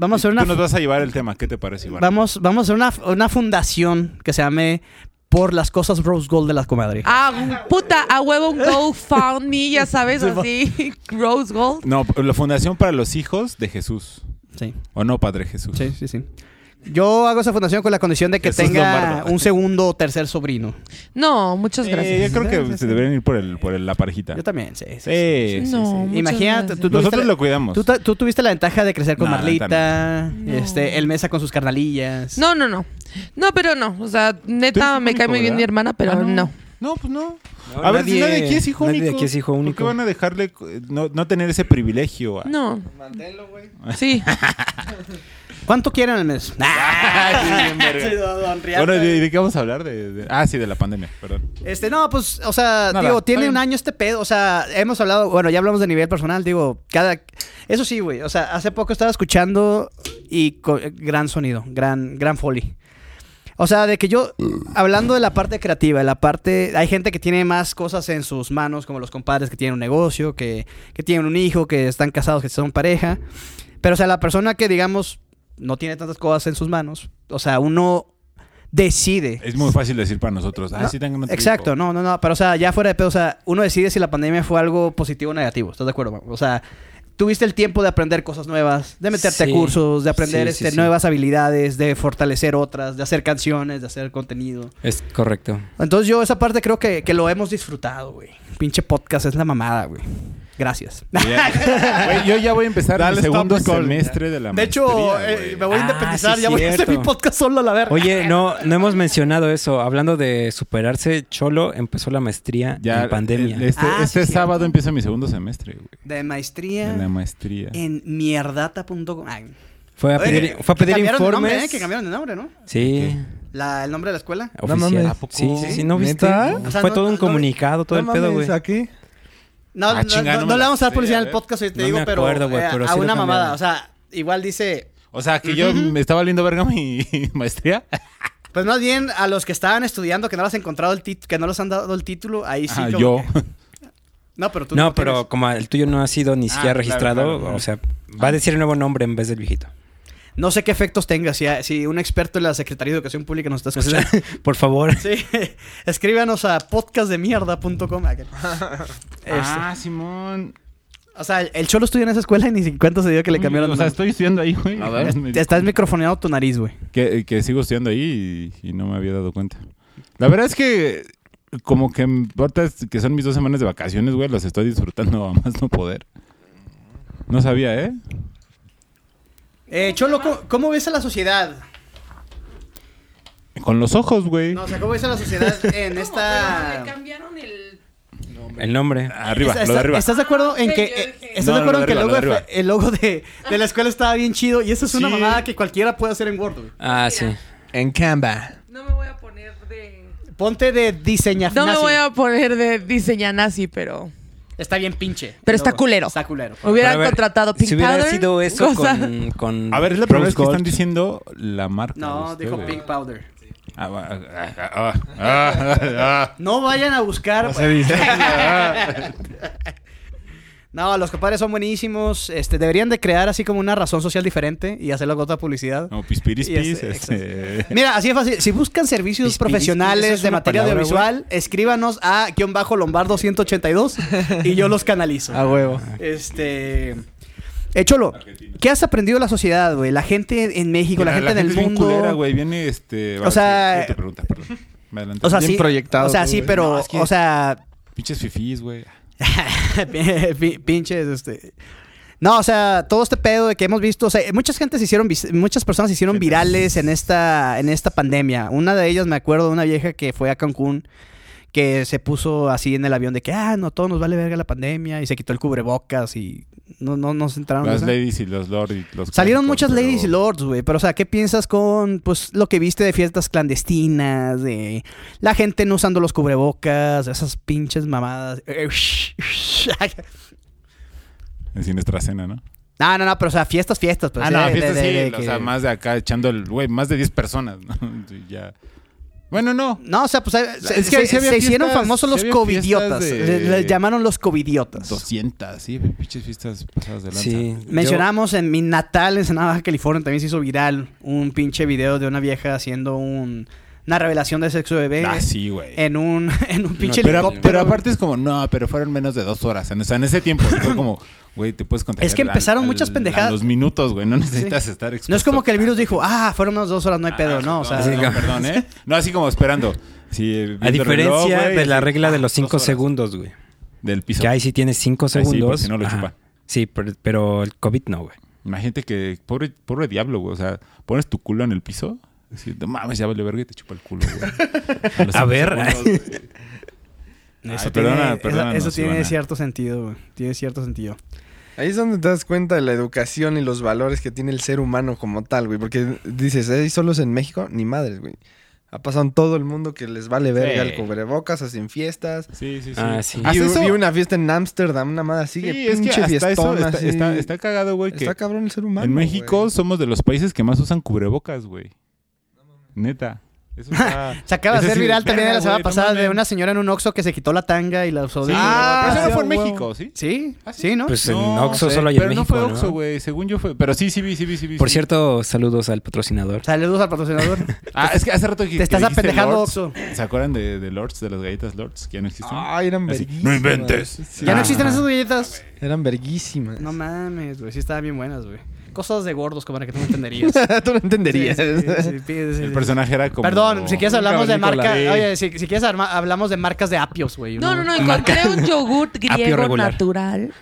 S1: Vamos a hacer
S2: Tú
S1: una,
S2: nos vas a llevar el tema. ¿Qué te parece, Iván?
S1: vamos, vamos a hacer una, una fundación que se llame por las cosas Rose Gold de las comadres.
S4: Ah, puta, a huevo un GoFundMe, ya sabes, así. (laughs) Rose Gold.
S2: No, la Fundación para los Hijos de Jesús.
S1: Sí,
S2: ¿O no, Padre Jesús?
S1: sí, sí, sí. Yo hago esa fundación con la condición de que
S2: Jesús
S1: tenga
S2: Lombardo.
S1: un segundo o tercer sobrino.
S4: No, muchas
S2: Eh,
S4: gracias.
S2: yo creo que se deberían ir por, el, por el- la parejita.
S1: Yo también, sí. sí, sí.
S2: Sí, sí, sí.
S4: no, muchas
S1: Imagínate,
S4: gracias.
S1: tú-
S2: Nosotros
S1: tuviste
S2: lo cuidamos.
S1: Tú, ta- tú tuviste la ventaja de crecer con
S2: No,
S1: Marlita,
S4: no.
S1: este, el mesa con sus carnalillas.
S4: No, no, no. No, pero no. O sea,
S2: Tú eres
S4: neta, me
S2: único,
S4: cae muy bien
S2: ¿verdad?
S4: mi hermana, pero
S2: Ah,
S4: no.
S2: No, pues no.
S3: No,
S2: a ver, si
S3: nadie-
S2: nadie aquí es hijo
S3: nadie de
S2: único.
S3: aquí es hijo
S2: ¿Por qué
S3: único?
S2: van a dejarle eh, no, no tener ese privilegio? a-
S4: No. Sí.
S1: ¿Cuánto quieren al mes?
S2: (laughs) Ay, sí,
S1: (laughs)
S2: bien verga. Bueno, ¿de, de qué vamos a hablar? De, de- Ah, sí, de la pandemia, perdón.
S1: Este, no, pues, o sea,
S2: Nada,
S1: digo,
S2: está
S1: tiene
S2: bien.
S1: un año este pedo. O sea, hemos hablado, bueno, ya hablamos de nivel personal, digo, cada. Eso sí, güey. O sea, hace poco estaba escuchando y co- gran sonido, gran, gran folly. O sea, de que yo, hablando de la parte creativa, de la parte. Hay gente que tiene más cosas en sus manos, como los compadres que tienen un negocio, que, que tienen un hijo, que están casados, que son pareja. Pero, o sea, la persona que, digamos, no tiene tantas cosas en sus manos, o sea, uno decide.
S2: Es muy fácil decir para nosotros. Ah,
S1: No,
S2: sí, tengan otro
S1: Exacto,
S2: hijo.
S1: no, no, no. Pero, o sea, ya fuera de pedo, o sea, uno decide si la pandemia fue algo positivo o negativo. ¿Estás de acuerdo? Mau? O sea, tuviste el tiempo de aprender cosas nuevas, de meterte
S3: Sí.
S1: a cursos, de aprender
S3: Sí, sí,
S1: este,
S3: sí.
S1: nuevas habilidades, de fortalecer otras, de hacer canciones, de hacer contenido.
S3: Es correcto.
S1: Entonces, yo esa parte creo que, que lo hemos disfrutado, güey. Pinche podcast es la mamada, güey. Gracias. (laughs)
S2: Ya. Güey, yo ya voy a empezar
S5: Dale
S2: el segundo
S5: stop, Nicole.
S2: semestre de la
S1: De hecho,
S2: maestría,
S1: eh,
S2: güey.
S1: me voy a
S3: Ah,
S1: independizar,
S3: sí,
S1: ya voy a hacer mi
S3: cierto.
S1: podcast solo a la verga.
S3: Oye, no, no hemos mencionado eso. Hablando de superarse, Cholo empezó la maestría
S2: Ya,
S3: en pandemia.
S2: el- Este,
S1: Ah, sí,
S2: este
S1: cierto.
S2: sábado empieza mi segundo semestre, güey.
S1: De maestría
S2: De la maestría.
S1: en mierdata.com. Ay.
S3: Fue a
S1: Oye,
S3: pedir,
S1: que-
S3: fue a
S1: que
S3: pedir
S1: cambiaron de nombre,
S3: informes.
S1: ¿eh? Que cambiaron de nombre, ¿no?
S3: Sí,
S1: La- el nombre de la escuela.
S2: Ah,
S5: No mames.
S3: oficial.
S5: ¿A poco?
S3: sí, sí, sí, ¿no viste?
S5: ¿Neta?
S1: O sea,
S3: fue
S1: no-
S3: todo un
S1: no-
S3: comunicado, todo el pedo, güey.
S5: aquí?
S1: No,
S2: Ah,
S1: no,
S2: chinga,
S1: no-
S2: no me
S1: no le
S2: la
S1: vamos a dar
S2: sé,
S1: publicidad
S2: a
S1: al
S2: ver.
S1: podcast, hoy te
S3: No
S1: digo,
S3: me
S1: pero,
S3: acuerdo, güey,
S1: eh,
S3: pero
S1: a
S3: sí lo
S1: una
S3: cambiaron.
S1: mamada. O sea, igual dice,
S2: O sea, que yo me estaba valiendo verga mi (laughs) maestría.
S1: pues más bien a los que estaban estudiando que no les han encontrado el tit- que no les han dado el título, ahí sí.
S2: Ah,
S1: como
S2: yo. (laughs)
S1: que- no, pero tú
S3: No,
S1: lo
S3: pero
S1: tienes.
S3: como el tuyo no ha sido ni
S2: Ah,
S3: siquiera
S2: claro,
S3: registrado,
S2: claro, claro.
S3: o sea, va a decir el nuevo nombre en vez del viejito.
S1: no sé qué efectos tenga si, si un experto en la Secretaría de Educación Pública nos está
S3: O sea,
S1: escuchando. (laughs)
S3: por favor.
S1: sí, escríbanos a podcastdemierda.com.
S2: (laughs) Ah, Simón.
S1: Este, O sea, el, el cholo estudió en esa escuela y ni 50 se dio que le cambiaron.
S2: Mm, O sea,
S1: de
S2: estoy estudiando ahí, güey.
S6: A ver.
S2: (laughs)
S1: nombre. Estás microfoneado tu nariz, güey.
S2: Que, que sigo estudiando ahí y, y no me había dado cuenta. La verdad es que como que m- ahorita es- que son mis dos semanas de vacaciones, güey, las estoy disfrutando a más no poder. No sabía, ¿eh?
S1: Eh, cholo, ¿cómo, cómo ves a la sociedad?
S2: Con los ojos, güey.
S1: No, o sea, ¿cómo ves a la sociedad en esta...
S4: cambiaron el
S3: el nombre.
S2: Arriba,
S1: Está-
S2: lo de
S1: está-
S2: arriba.
S1: ¿Estás de acuerdo en que,
S4: Sí, yo
S1: eh,
S4: dije-
S1: ¿estás
S2: No,
S1: de
S2: no,
S1: acuerdo
S2: lo
S1: en que
S2: de
S1: el logo,
S2: arriba, lo de
S1: fue- el logo de, de la escuela estaba bien chido? Y eso es una
S2: Sí.
S1: mamada que cualquiera puede hacer en Word. güey.
S3: Ah, sí.
S4: Mira.
S5: En Canva.
S4: No me voy a poner de.
S1: Ponte de diseñar.
S4: No me voy a poner de diseña nazi, pero.
S1: Está bien pinche.
S4: Pero
S1: el
S4: está
S1: logo.
S4: culero.
S1: Está culero.
S4: Hubieran
S3: Pero a ver,
S4: contratado Pink
S3: Si hubiera
S4: Powder,
S3: sido eso
S4: cosa-
S3: con, con
S2: A ver, es la primera
S3: Rose
S2: vez que
S3: Gold.
S2: están diciendo la marca.
S1: No,
S2: ustedes.
S1: dijo Pink Powder.
S2: Ah, va, ah, ah, ah, ah, ah.
S1: No vayan a buscar. (laughs) No, los compadres son buenísimos. Este, deberían de crear así como una razón social diferente y hacerlo con otra publicidad.
S2: No, pispiris,
S1: Y ese,
S2: pis, este,
S1: Mira, así es fácil. Si buscan servicios
S3: Pispiris, esa
S1: profesionales
S3: es
S1: de
S3: una
S1: materia
S3: palabra,
S1: audiovisual, escríbanos a guión bajo lombardo 182 y yo los canalizo.
S3: Ah,
S5: A huevo.
S2: Ah,
S1: Este. Eh, Cholo, ¿qué has aprendido de la sociedad, güey? La gente en México, la,
S2: Mira,
S1: gente en el
S2: es bien
S1: mundo.
S2: culera, güey. Viene este.
S1: O sea,
S2: sí, te preguntas, perdón. Me adelanté.
S1: o sea,
S5: Bien
S1: sí.
S5: proyectado
S1: o sea,
S5: tú,
S1: sí,
S5: güey.
S1: pero.
S2: No, es que-
S1: O sea.
S2: Pinches fifís, güey.
S1: (laughs) Pi- Pinches, este. No, o sea, todo este pedo de que hemos visto, o sea, muchas gentes se hicieron, vis- muchas personas se hicieron virales en esta, en esta pandemia. Una de ellas me acuerdo de una vieja que fue a Cancún que se puso así en el avión de que, ah, no, todo nos vale verga la pandemia y se quitó el cubrebocas y no, no, Ah, no se entraron. en
S2: Las
S1: esa.
S2: ladies y los lords. y los
S1: Salieron
S2: cuerpos,
S1: muchas
S2: pero-
S1: ladies y lords, güey, pero o sea, ¿qué piensas con pues lo que viste de fiestas clandestinas, de la gente no usando los cubrebocas, esas pinches mamadas? (laughs)
S2: En nuestra cena, ¿no?
S1: No, no, no, pero o sea, fiestas, fiestas, pues.
S2: ah,
S1: sí,
S2: no,
S1: de-
S2: fiesta
S1: de-
S2: sí.
S1: de
S2: o
S1: que-
S2: sea, más de acá echando el, güey, más de 10 personas, ¿no? (laughs) Sí, ya. Bueno, no.
S1: No, o sea, pues eh, se,
S2: Es que
S1: se-
S2: sí había
S1: se hicieron
S2: fiestas-
S1: famosos
S2: sí
S1: los
S2: había
S1: covidiotas.
S2: fiestas
S1: Le-
S2: de-
S1: Les llamaron los covidiotas.
S2: 200, sí, pinches fiestas pasadas de lanza.
S3: Sí.
S1: Mencionamos en mi natal, en Ensenada, Baja California, también se hizo viral un pinche video de una vieja haciendo un- una revelación de sexo de bebé
S2: Ah, sí, güey.
S1: en un (laughs) en un pinche
S2: Pero,
S1: helicóptero.
S2: pero aparte es como, no, pero fueron menos de dos horas. En- O sea, en ese tiempo fue como, güey, te puedes contar.
S1: Es que empezaron muchas pendejadas.
S2: A los minutos, güey, no necesitas estar expuesto.
S1: no es como que el virus dijo, ah, fueron unas dos horas, no hay pedo,
S2: Ah,
S1: no, o sea,
S3: sí,
S2: no,
S3: como-
S2: perdón, ¿eh? No, así como esperando. Sí, eh, viendo
S3: A
S2: el reloj,
S3: diferencia
S2: güey,
S3: de la
S2: así,
S3: regla de
S2: ah,
S3: los
S2: dos
S3: 5
S2: horas
S3: segundos, güey.
S2: Del piso.
S3: Que ahí sí tienes 5
S2: Ahí sí,
S3: segundos.
S2: porque no lo
S3: Ajá.
S2: chupa.
S3: Sí, pero, pero el COVID no, güey.
S2: Imagínate que, pobre, pobre diablo, güey. O sea, pones tu culo en el piso. Así, no mames, ya vale verga y te chupa el culo, güey. los
S3: (laughs) A
S2: cinco
S3: ver.
S2: segundos, güey. Ay,
S1: tiene-
S2: perdona,
S1: eso-
S2: perdona,
S1: eso
S2: nos,
S1: tiene
S2: Ivana.
S1: cierto sentido, güey. Tiene cierto sentido.
S5: Ahí es donde te das cuenta de la educación y los valores que tiene el ser humano como tal, güey. Porque dices, ¿eh? solos en México? Ni madres, güey. Ha pasado en todo el mundo que les vale verga
S2: Sí.
S5: el cubrebocas, hacen fiestas.
S2: Sí, sí, sí.
S3: Ah, sí.
S5: Vi,
S2: Hasta eso-
S5: vi una fiesta en Ámsterdam, una madre así,
S2: Sí,
S5: que
S2: es que
S5: pinche
S2: hasta eso
S5: fiestón,
S2: está,
S5: así.
S2: está, está cagado, güey, que
S5: Está cabrón el ser humano.
S2: en México
S5: güey.
S2: somos de los países que más usan cubrebocas, güey. Neta.
S1: (laughs)
S2: Eso está...
S1: Se acaba de
S2: Ese
S1: hacer
S2: sí,
S1: viral
S2: verga,
S1: también la semana
S2: güey, no
S1: pasada de
S2: mames.
S1: una señora en un Oxxo que se quitó la tanga y la usó
S2: Sí,
S1: de-
S5: Ah,
S2: pero eso no fue en
S5: huevo.
S2: México, ¿sí?
S1: Sí,
S2: Ah, sí.
S1: sí, ¿no?
S3: Pues en Oxxo
S2: sé,
S3: solo hay en
S2: Pero
S3: México,
S2: no fue
S3: ¿no?
S2: Oxxo, güey. Según yo fue... Pero sí, sí vi, sí vi, sí vi.
S3: Por
S2: sí.
S3: cierto, saludos al patrocinador.
S1: Saludos al patrocinador.
S2: Ah, es que hace rato que
S1: Te estás apendejando,
S2: apendejando
S1: Oxxo. Ah,
S2: ¿Se acuerdan de, de Lords, de las galletas Lords? Que ya no existen.
S5: Ay, Ah, eran
S2: Así,
S5: verguísimas.
S2: "No inventes".
S5: Sí,
S1: Ya no
S3: Ah.
S1: existen esas galletas.
S5: Eran verguísimas. (laughs)
S1: No mames, güey. Sí estaban bien buenas, güey. Cosas de gordos, como la que tú no entenderías.
S5: Tú no entenderías.
S1: Sí, sí, sí, sí, sí, sí.
S2: El personaje era como...
S1: Perdón, si quieres hablamos de
S5: cavernícola.
S1: marca.
S5: Sí.
S1: Oye, si, si quieres arma- hablamos de marcas de apios, güey.
S4: No, no, no,
S3: Marca.
S4: encontré un yogurt
S3: (laughs) Apio
S4: griego
S3: regular.
S4: natural.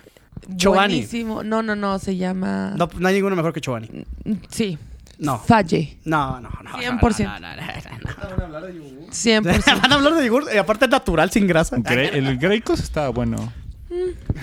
S1: Chobani.
S4: Buenísimo. No, no, no, se llama.
S1: No, no hay ninguno mejor que Chobani.
S4: Sí.
S1: No.
S4: Falle.
S1: No, no, no.
S4: 100%.
S1: No, no, no, no, no.
S3: (laughs)
S4: 100%.
S1: Van a hablar de yogur. Y aparte es natural, sin grasa.
S2: Gre- el Greicos estaba bueno.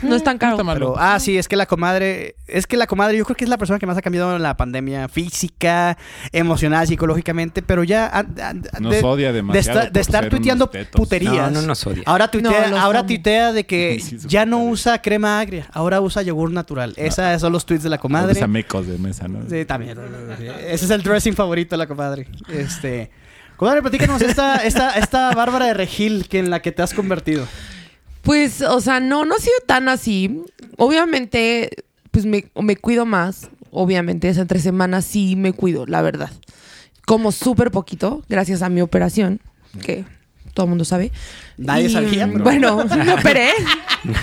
S4: No es tan
S2: No
S4: caro.
S2: está
S1: Pero,
S2: malo.
S1: ah, sí, es que la comadre, es que la comadre yo creo que es la persona que más ha cambiado en la pandemia física, emocional, psicológicamente, pero ya ah, ah,
S2: Nos
S1: de,
S2: odia
S1: de
S2: demasiado.
S1: estar, de
S2: por
S1: estar
S2: ser unos
S1: tuiteando
S2: tetos.
S1: puterías.
S3: No, no nos odia.
S1: Ahora tuitea,
S4: No, los
S1: ahora
S4: amo.
S1: tuitea de que
S2: (laughs) Sí, Ah. su
S1: ya no
S2: comadre.
S1: usa crema agria, ahora usa yogur natural. Esos son los tweets de la comadre.
S2: Los amecos de mesa, ¿no?
S1: Sí, también. Ese es el dressing favorito de la comadre. Este, comadre, platícanos esta, esta, esta Bárbara de Regil que en la que te has convertido.
S4: Pues, o sea, no, no ha sido tan así. Obviamente, pues me, me cuido más. Obviamente, esas tres semanas sí me cuido, la verdad. Como súper poquito, gracias a mi operación, que todo el mundo sabe.
S1: Nadie
S4: Y,
S1: sabía, pero-
S4: Bueno,
S1: (laughs)
S2: (laughs)
S4: me operé.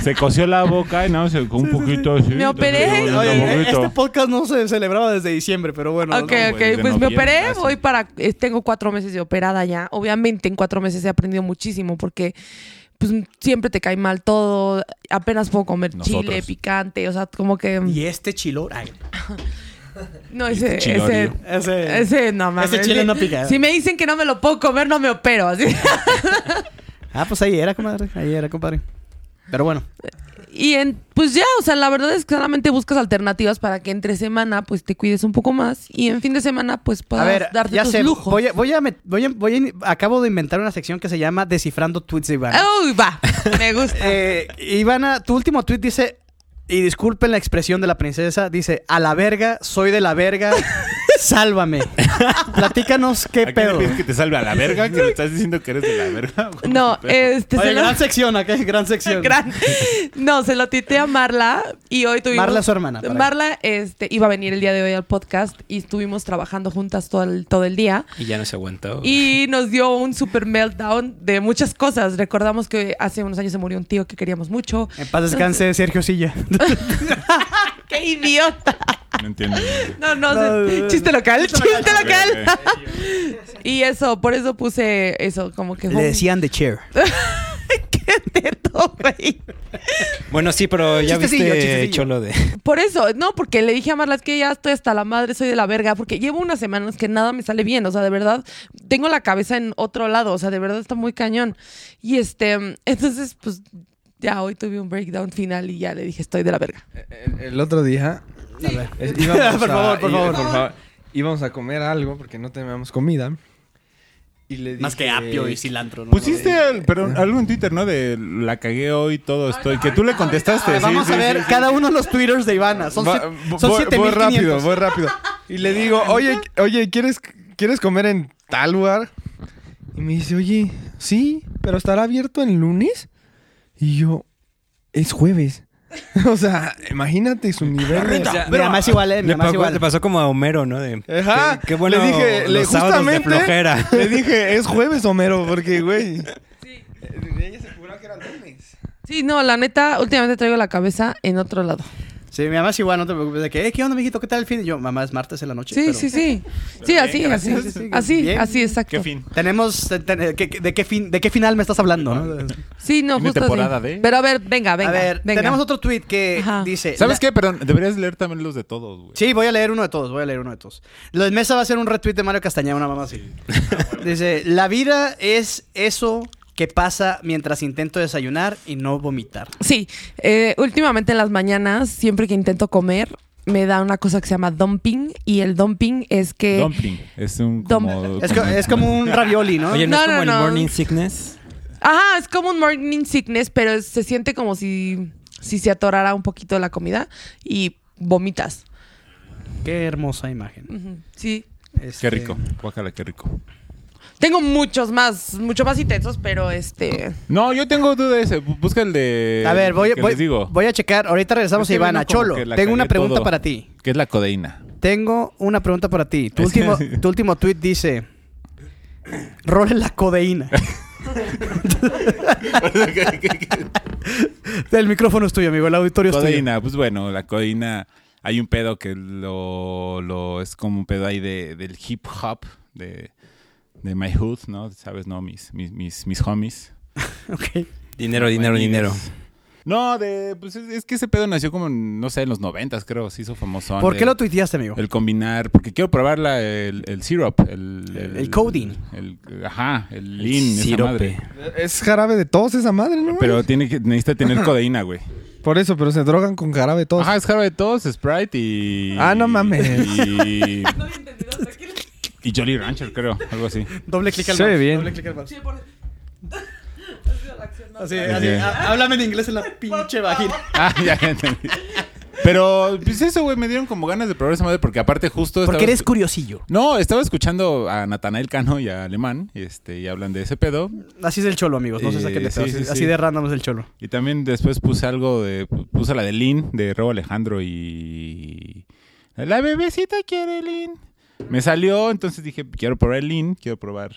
S2: Se coció la boca y nada, se con un poquito así.
S4: Me operé.
S2: entonces,
S4: Oye,
S2: un
S1: Oye,
S2: poquito.
S1: este podcast no se celebraba desde diciembre, pero bueno.
S4: Ok,
S2: güey,
S4: ok,
S2: desde
S4: pues me
S2: noviembre,
S4: operé,
S2: así.
S4: voy para... eh, tengo cuatro meses de operada ya. Obviamente en cuatro meses he aprendido muchísimo porque pues siempre te cae mal todo, apenas puedo comer
S2: Nosotros.
S4: chile, picante, o sea, como que...
S1: Y este chilor. Ay,
S4: no,
S2: y
S4: ese...
S2: chilorio.
S4: ese
S1: ese,
S4: ese no mames.
S1: ese chile
S4: Si-
S1: no pica.
S4: Si me dicen que no me lo puedo comer, no me opero. Así.
S1: Ah, pues ahí era, comadre. Ahí era, compadre. Pero bueno,
S4: (laughs) Y en, pues ya, o sea, la verdad es que solamente buscas alternativas para que entre semana pues te cuides un poco más y en fin de semana pues puedas
S1: a ver,
S4: darte
S1: ya
S4: tus
S1: sé,
S4: lujos.
S1: voy a, voy a, met- voy a- voy a in- acabo de inventar una sección que se llama Descifrando Tweets de Ivana.
S4: Uy, va, me gusta.
S1: Eh, Ivana, tu último tweet dice, y disculpen la expresión de la princesa, dice, a la verga, soy de la
S4: (laughs)
S1: verga, sálvame. Platícanos qué
S2: ¿A qué le
S1: pedo.
S2: pides que te salve a la verga? (laughs) Que le estás diciendo que eres de la verga. (laughs)
S4: No,
S1: eh, (laughs)
S4: este
S1: Oye,
S4: se lo-
S1: gran sección acá, gran sección.
S4: (laughs) gran- No, se lo tité a Marla y hoy tuvimos
S1: Marla es su hermana. para-
S4: Marla este, iba a venir el día de hoy al podcast y estuvimos trabajando juntas todo el, todo el día.
S3: Y ya no se aguantó.
S4: Y nos dio un super meltdown de muchas cosas. Recordamos que hace unos años se murió un tío que queríamos mucho.
S1: En paz descanse Sergio
S2: (laughs)
S1: Silla.
S4: ¡Qué idiota!
S2: No entiendo.
S4: No, no,
S1: No,
S4: se-
S1: no, no.
S4: chiste local, chiste local.
S2: Ok,
S4: Y eso, por eso puse eso, como que...
S1: Le decían The Chair.
S4: "Qué teto, güey".
S3: Bueno, sí, pero ya
S1: Chistecillo,
S3: viste
S1: chistecillo.
S3: Cholo de...
S4: Por eso, no, porque le dije a Marla "Es que ya estoy hasta la madre, soy de la verga, porque llevo unas semanas que nada me sale bien, o sea, de verdad, tengo la cabeza en otro lado, o sea, de verdad está muy cañón. Y este, entonces, pues ya hoy tuve un breakdown final y ya le dije, estoy de la verga.
S5: El, el otro día. es-
S1: (laughs) Por
S5: a-
S1: favor, por
S5: iba-
S1: favor.
S5: Íbamos a comer algo porque no teníamos comida. Y le dije,
S2: Este,
S1: cilantro. ¿no?
S2: Pusiste al- pero algo en Twitter, ¿no? De la cagué hoy, todo estoy. Que tú le contestaste. sí,
S1: Ah, Vamos
S2: sí,
S1: a ver
S2: sí, sí.
S1: cada uno de los twitters de Ivana. Son,
S2: Va- eh,
S1: siete-
S2: voy-
S1: son
S2: Voy rápido,
S1: 7500.
S2: voy rápido.
S5: Y
S1: (laughs)
S5: le digo, oye, oye, ¿quieres, ¿quieres comer en tal lugar? Y me dice, oye, sí, pero estará abierto el lunes. Y yo, es jueves. (laughs) o sea, imagínate su
S3: (laughs)
S5: nivel. de-
S3: O sea,
S1: Mira, más igual, eh,
S3: Le
S1: mira, más
S3: pasó,
S1: igual.
S3: te pasó como a Homero, ¿no? De,
S5: Ajá.
S3: Qué, qué bueno.
S5: le dije, le,
S3: los sábados de
S5: justamente,
S3: flojera.
S5: le dije, es jueves, Homero, porque, güey. Ella se juró que era lunes.
S4: Sí, no, la neta, últimamente traigo la cabeza en otro lado.
S1: Sí, mi mamá es igual, no te preocupes. De que, "Eh, ¿qué onda, mijito? ¿Qué tal el fin? Y yo, mamá, es martes en la noche.
S4: Sí,
S1: pero-
S4: sí, sí. Sí, así, así,
S1: gracias.
S4: así, así,
S1: Bien.
S4: así, exacto.
S2: ¿Qué fin?
S1: Tenemos. te- te- ¿qué- ¿de, qué fin, ¿De qué final me estás hablando? ¿no?
S4: Sí,
S2: Tiene
S4: no, justo así.
S2: temporada de-
S4: Pero a ver, venga, venga,
S1: a ver,
S4: venga.
S1: tenemos otro tweet que
S4: Ajá.
S1: dice.
S2: ¿Sabes
S1: la-
S2: qué? Perdón, deberías leer también los de todos, güey.
S1: Sí, voy a leer uno de todos, voy a leer uno de todos. Lo de Mesa va a ser un retweet de Mario Castañeda, una mamá
S2: (laughs)
S1: así. Dice, la vida es eso que pasa mientras intento desayunar y no vomitar.
S4: Sí, eh, últimamente en las mañanas, siempre que intento comer, me da una cosa que se llama dumping. Y el dumping es que.
S2: Dumpling. Es un
S4: Dom-
S2: como,
S1: Es, co- es como un ravioli, ¿no?
S3: Oye, ¿no,
S4: No,
S3: es como
S4: no,
S3: el
S4: no.
S3: morning sickness?
S4: Ajá, es como un morning sickness, pero es- se siente como si, si se atorara un poquito la comida y vomitas.
S1: Qué hermosa imagen.
S4: Ujú, Sí.
S1: Este,
S2: Qué rico. Guácala, qué rico.
S4: Tengo muchos más, mucho más intensos, pero este.
S2: No, yo tengo duda de ese. Bu- Busca el de.
S1: A ver, voy,
S2: que
S1: voy,
S2: les digo.
S1: voy a checar. Ahorita regresamos
S2: Es que
S1: a Ivana.
S2: vino como
S1: Cholo,
S2: que la
S1: tengo una
S2: cagué
S1: pregunta
S2: todo.
S1: para ti.
S2: Que es la codeína.
S1: Tengo una pregunta para ti. Tu
S2: (laughs) Es
S1: último,
S2: que-
S1: tu último tweet dice: Role la codeína.
S2: (laughs)
S1: el micrófono es tuyo, amigo. El auditorio es tuyo.
S2: codeína, pues bueno, la codeína. Hay un pedo que lo, lo- es como un pedo ahí de, del hip hop, de, de my hood, ¿no? Sabes, no, mis, mis, mis, mis homies.
S1: Ok.
S3: Dinero, dinero,
S2: Amigos.
S3: dinero.
S2: No, de, pues es, es que ese pedo nació como, en, no sé, en los noventas, creo, se hizo famoso.
S1: ¿Por
S2: de-
S1: qué lo tuiteaste, amigo?
S2: El combinar, porque quiero probar la- el, el syrup, el,
S1: El codeine.
S2: el- ajá, el lean, esa
S3: Sirope.
S2: madre.
S5: Es jarabe de tos esa madre, ¿no?
S2: Pero tiene que, necesita
S1: (laughs)
S2: tener codeína, güey.
S5: Por eso, pero se drogan con jarabe de tos.
S2: Ajá, es jarabe de tos, Sprite y...
S5: Ah, no mames. (laughs)
S2: Y, y Jolly Rancher, creo, algo así. (laughs)
S1: Doble clic al
S5: Se ve
S1: mouse,
S5: bien.
S1: Doble clic al mouse. Así, así. ha- Háblame en inglés en la pinche vagina.
S2: Ah, ya ya entendí. Pero, pues eso, güey, me dieron como ganas de probar esa madre porque aparte justo...
S1: Porque
S2: estaba-
S1: eres curiosillo.
S2: No, estaba escuchando a Natanael Cano y a Alemán y, este, y hablan de ese pedo.
S1: Así es el cholo, amigos. No sé
S2: Eh,
S1: saquen de
S2: sí,
S1: pedo, así-
S2: sí, sí.
S1: Así de random es el cholo.
S2: Y también después puse algo de. Puse la de Lin, de Robo Alejandro y. La bebecita quiere Lin. Me salió, entonces dije, quiero probar el Lin, quiero probar.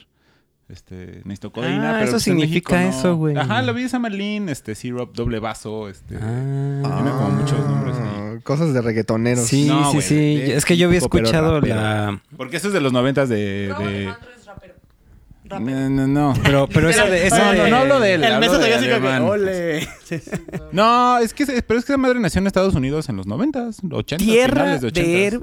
S2: Este, necesito codeína.
S3: Ah,
S2: pero
S3: eso
S2: pues en
S3: significa
S2: México no.
S3: eso, güey.
S2: Ajá, la bebida se llama Lin, este, syrup, doble vaso, este.
S3: Ah.
S2: Tiene como muchos nombres ahí.
S5: Ah, Cosas de reggaetoneros.
S3: Sí,
S2: No,
S3: sí,
S2: güey,
S3: sí.
S2: de-
S3: Es que yo había
S2: tipo, pero
S3: escuchado
S2: rapero.
S3: la...
S2: Porque eso es de los noventas de. de-
S4: es rapero.
S2: No, no, no.
S3: Oh, (laughs)
S2: Pero, pero esa de. esa
S1: No,
S2: de-
S1: no, no hablo de
S2: El
S1: El
S2: hablo
S1: beso
S2: de
S1: todavía así como que.
S2: alemán.
S1: Ole. (laughs)
S2: No, es que, pero es que esa madre nació en Estados Unidos en los 90, 80,
S1: Tierra
S2: finales de 80.
S1: de. her-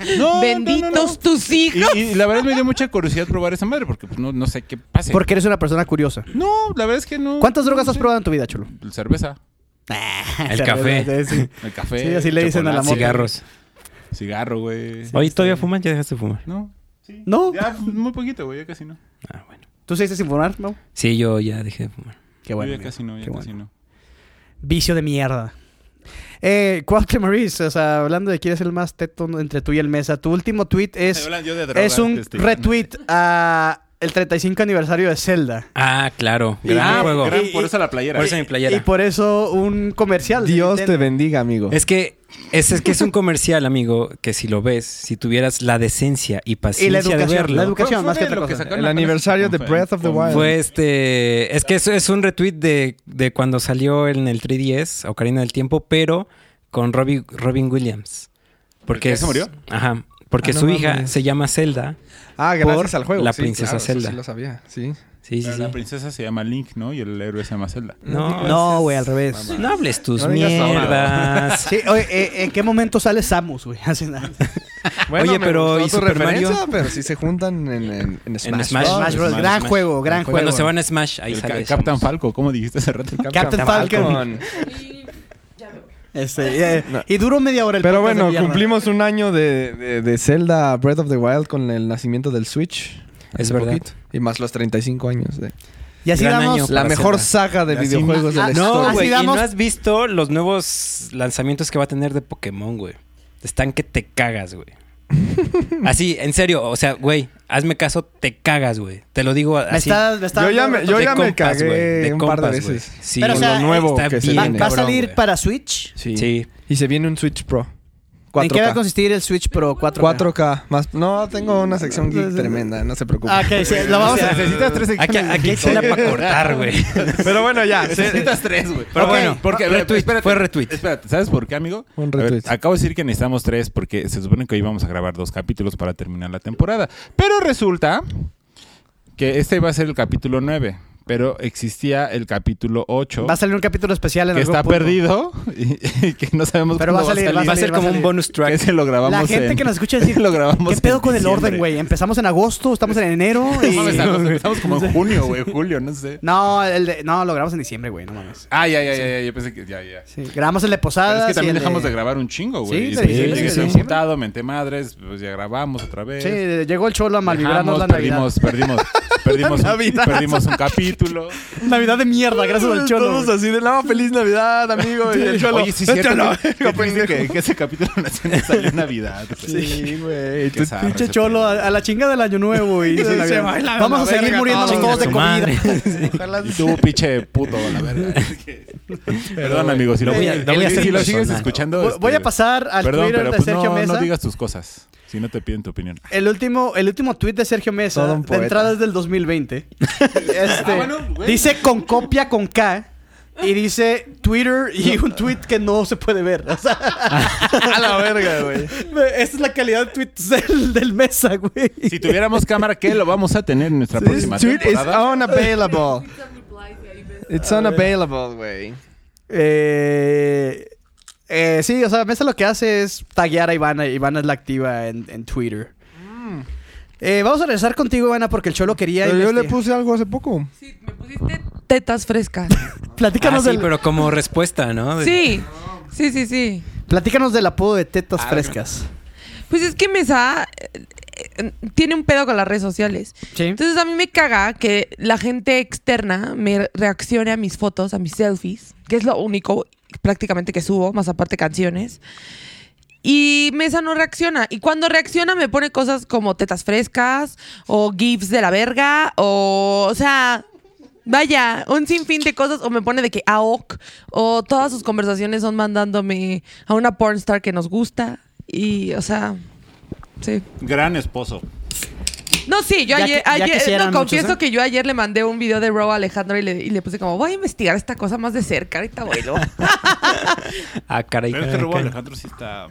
S1: Ay,
S2: No, no,
S4: Benditos
S2: no, no.
S4: tus hijos.
S2: Y, y la verdad me dio mucha curiosidad probar esa madre porque pues, no, no sé qué (laughs) pase.
S1: Porque eres una persona curiosa.
S2: No, la verdad es que no.
S1: ¿Cuántas drogas
S2: no
S1: has
S2: sé. Pues,
S1: probado en tu vida,
S2: (laughs)
S1: chulo?
S2: Cerveza,
S3: El
S1: (laughs)
S3: café.
S1: Sí.
S2: el café.
S1: Sí, así le dicen a la
S2: chocolate,
S1: mota.
S3: Cigarros.
S2: Cigarro, güey.
S3: Oye, ¿todavía fumas? ¿Ya dejaste de fumar?
S2: No. Sí.
S1: ¿No?
S2: Ya, pues, muy poquito, güey, ya casi no.
S3: Ah, bueno.
S1: ¿Tú seguiste sin fumar? No.
S3: Sí, yo ya dejé de fumar.
S1: Qué bueno.
S2: ya
S1: amigo.
S2: casi no, ya
S1: Qué
S2: casi
S1: bueno.
S2: no.
S1: Vicio de mierda. Eh, Cuauhtémoc Maurice, o sea, hablando de quién es el más teto entre tú y el mesa, tu último tweet es,
S2: Hablan yo de drogas,
S1: es un
S2: este.
S1: retweet a el 35 aniversario de Zelda.
S3: Ah, claro.
S1: Y-
S3: Gran
S1: ah,
S3: juego.
S2: Gran,
S1: Y-
S2: por eso la playera.
S3: Por eso mi playera.
S1: Y por eso un comercial. de
S5: Dios te
S1: Nintendo.
S5: bendiga, amigo.
S3: Es que es, es que es un comercial, amigo, que si lo ves, si tuvieras la decencia y paciencia
S1: Y la
S3: de
S1: educación,
S3: verlo,
S1: la educación
S2: Fue-
S1: más
S2: fue
S1: que
S2: de
S1: otra
S2: lo que
S1: cosa.
S2: sacaron
S5: El
S2: apenas
S5: aniversario
S2: con-
S5: de Breath of the
S2: con-
S5: Wild.
S3: fue este, es que eso es un retweet de, de cuando salió en el 3DS, Ocarina del Tiempo, pero con Robbie- Robin Williams. Porque
S2: ¿El que
S3: es-
S2: se murió?
S3: Ajá, porque
S5: Ah, no
S3: su hija
S5: mames.
S3: se llama Zelda.
S5: ah, gracias
S3: por
S5: al juego.
S3: la
S5: sí,
S3: princesa
S5: claro, eso
S3: Zelda.
S5: Sí, lo sabía, sí.
S3: Sí, sí,
S2: Pero
S3: sí.
S2: La princesa se llama Link, ¿no? Y el héroe se llama Zelda.
S3: No,
S1: No, güey, al revés.
S3: no hables tus
S5: No digas
S3: mierdas.
S1: (laughs) Sí, oye, eh, ¿en qué momento sale Samus, güey? (laughs) Hace nada.
S3: Oye,
S5: me
S3: pero,
S5: gustó
S3: ¿y
S5: tu
S3: Super
S5: referencia,
S3: Mario?
S5: Pero si se juntan en, en, en Smash,
S3: Smash
S5: Bros.
S1: Smash Bros.
S2: Smash,
S1: gran
S3: Smash.
S1: juego, gran juego.
S3: Cuando se van a Smash, ahí
S2: El
S3: sale.
S2: Ca- Captain
S3: Samus.
S2: Falco, ¿cómo dijiste hace rato?
S1: Captain Falcon. Este, eh,
S5: No.
S1: Y duró media hora el
S5: Pero
S1: podcast de
S5: bueno,
S1: mierda.
S5: cumplimos un año de, de, de Zelda Breath of the Wild con el nacimiento del Switch.
S3: Es
S5: Hace
S3: verdad.
S5: Y más los 35 años de...
S1: Y así
S3: gran
S1: damos.
S3: año.
S5: La
S3: para
S5: mejor
S3: Zelda.
S5: saga de
S2: Y así-
S5: videojuegos de
S1: Ah,
S5: la
S3: No,
S1: Así
S5: historia.
S3: güey, y no
S1: damos-
S3: has visto los nuevos lanzamientos que va a tener de Pokémon, güey. Están que te cagas, güey. Así, en serio, o sea, güey, hazme caso, te cagas, güey. Te lo digo
S1: Me
S3: así.
S1: está, me está
S5: Yo ya
S1: dando-
S5: me- yo
S3: de
S5: ya
S3: compas,
S5: cagué
S3: güey, de
S5: un par de
S3: compas, güey.
S5: veces.
S3: Sí,
S1: Pero, o
S3: con
S1: sea,
S3: lo nuevo
S5: está
S3: que se
S5: bien
S1: Va,
S3: viene,
S1: va a
S3: cabrón,
S1: salir
S3: güey.
S1: para Switch.
S5: Sí.
S3: Sí.
S5: Y se viene un Switch Pro. 4K.
S1: ¿En qué va a consistir el Switch Pro 4K?
S5: 4K. Más... No, tengo una sección geek tremenda, no se preocupen.
S1: Ah, ok, sí, lo vamos a-
S2: Necesitas tres
S3: (laughs) Aquí, aquí hay tela para cortar, güey.
S5: Pero bueno, ya.
S2: Necesitas tres, güey.
S3: Pero
S2: Ok,
S3: bueno,
S2: porque eh,
S3: retweet,
S2: espérate,
S3: fue retweet.
S2: Espérate, ¿sabes por qué, amigo?
S5: Un
S2: A ver,
S5: retweet.
S2: acabo de decir que necesitamos tres porque se supone que hoy vamos a grabar dos capítulos para terminar la temporada. Pero resulta que este iba a ser el capítulo 9, pero existía el capítulo 8
S1: Va a salir un capítulo especial en
S2: que
S1: algún
S2: está
S1: punto.
S2: perdido (laughs) y, y que no sabemos
S1: Pero
S2: cuándo
S1: va a salir,
S3: Va a ser
S1: va a
S3: como un
S1: salir.
S3: bonus
S2: Que
S3: track.
S2: se lo grabamos
S1: La gente
S2: en-
S1: que nos escucha decir,
S2: (laughs) lo grabamos
S1: ¿Qué pedo
S2: en
S1: con el
S2: diciembre.
S1: orden, güey? Empezamos en agosto, estamos en
S3: (laughs)
S1: enero.
S2: No
S1: y-
S2: mames, estamos- Estamos como
S1: (laughs)
S2: en junio, güey, julio, no sé.
S1: No, el de- no, lo grabamos en diciembre, güey, no mames.
S2: Ah, ya, ya, ya, ya, yo pensé que ya, ya.
S1: Sí, grabamos el de Posadas. y Ah,
S2: Pero es que
S1: el
S2: también dejamos de
S1: de
S2: grabar un chingo,
S1: Sí,
S2: güey. Y
S1: sí,
S2: después
S1: sí,
S2: yo
S1: sí,
S2: llegué
S1: sí.
S2: emputado, menté madres, pues ya grabamos otra vez.
S1: Sí, llegó el cholo a malvibrarnos
S2: Dejamos,
S1: la Navidad.
S2: perdimos,
S1: (laughs)
S2: perdimos, perdimos,
S1: La
S2: un,
S1: Navidad.
S2: perdimos un capítulo.
S1: Navidad de mierda, gracias al cholo.
S5: Todos
S1: güey.
S5: así de no, feliz Navidad, amigo. Y el cholo.
S2: Oye, sí, es
S5: el
S2: cierto
S5: cholo.
S2: que- que, dice que- que ese capítulo nacional salió en Navidad. pues.
S5: Sí, güey.
S2: Qué zarra
S1: Eh, Pinche
S2: ese
S1: cholo, ah,
S2: pedo.
S1: a, a la chinga del año nuevo
S5: (laughs)
S1: y
S5: Se
S1: Navidad.
S5: baila la
S1: Vamos a seguir
S5: verga
S1: muriéndonos
S5: todos.
S1: todos de
S3: Ah, Su
S1: comida.
S3: madre.
S1: ah.
S5: Ojalá-
S2: Y tú, pinche puto, a
S1: (laughs)
S2: la verga. Perdón, amigo, si lo,
S1: No voy a-
S2: si
S1: no voy a
S2: lo
S1: ser
S2: sigues
S3: personal.
S2: escuchando.
S1: Voy-
S2: este,
S1: Voy a pasar al
S2: perdón,
S1: Twitter
S2: pero
S1: de
S2: pues
S1: Sergio
S2: no,
S1: Mesa.
S2: no digas tus cosas. Si no te piden
S1: (laughs)
S2: tu opinión.
S1: El último, el último tweet de Sergio Mesa,
S5: Todo un
S1: de
S5: poeta.
S1: entradas del
S2: (laughs)
S1: 2020. Este,
S2: Ah, bueno, güey.
S1: dice con copia con K y dice Twitter
S2: (laughs)
S1: y un tweet que no se puede ver. O sea, (laughs)
S5: A la verga, güey.
S1: esta es la calidad de tweets del, del Mesa, güey.
S2: Si tuviéramos cámara, ¿qué? Lo vamos a tener en nuestra
S5: This
S2: próxima
S5: tweet is
S2: temporada.
S5: unavailable. It's unavailable, güey.
S1: Eh, eh, sí, o sea, Mesa lo que hace es taguear a Ivana. Ivana es la activa en, en Twitter. Eh, vamos a regresar contigo, Ivana, porque el cholo quería.
S5: Pero yo le
S1: investigar.
S5: puse algo hace poco.
S4: Sí, me pusiste tetas frescas.
S2: (laughs)
S1: Platícanos,
S3: Ah, sí,
S1: del,
S3: pero como respuesta, ¿no? De-
S4: Sí, sí, sí, sí.
S1: platícanos del apodo de tetas frescas.
S4: Pues es que Mesa eh, eh, tiene un pedo con las redes sociales.
S1: Sí.
S4: Entonces a mí me caga que la gente externa me reaccione a mis fotos, a mis selfies, que es lo único prácticamente que subo, más aparte canciones. Y Mesa no reacciona. Y cuando reacciona me pone cosas como tetas frescas o gifs de la verga o, o sea, vaya, un sinfín de cosas. O me pone de que AOC o todas sus conversaciones son mandándome a una pornstar que nos gusta. Y, o sea, sí.
S2: Gran esposo.
S4: No, sí, yo
S1: Ya
S4: ayer,
S1: que- ya
S4: ayer-
S1: quisieran
S4: no,
S1: muchos,
S4: confieso
S1: ¿eh?
S4: que yo ayer le mandé un video de Rob a Alejandro y le, y le puse como, voy a investigar esta cosa más de cerca, ahorita vuelo.
S3: Ah, caray.
S2: Pero este
S3: caray,
S2: robo
S3: caray.
S2: Alejandro sí está.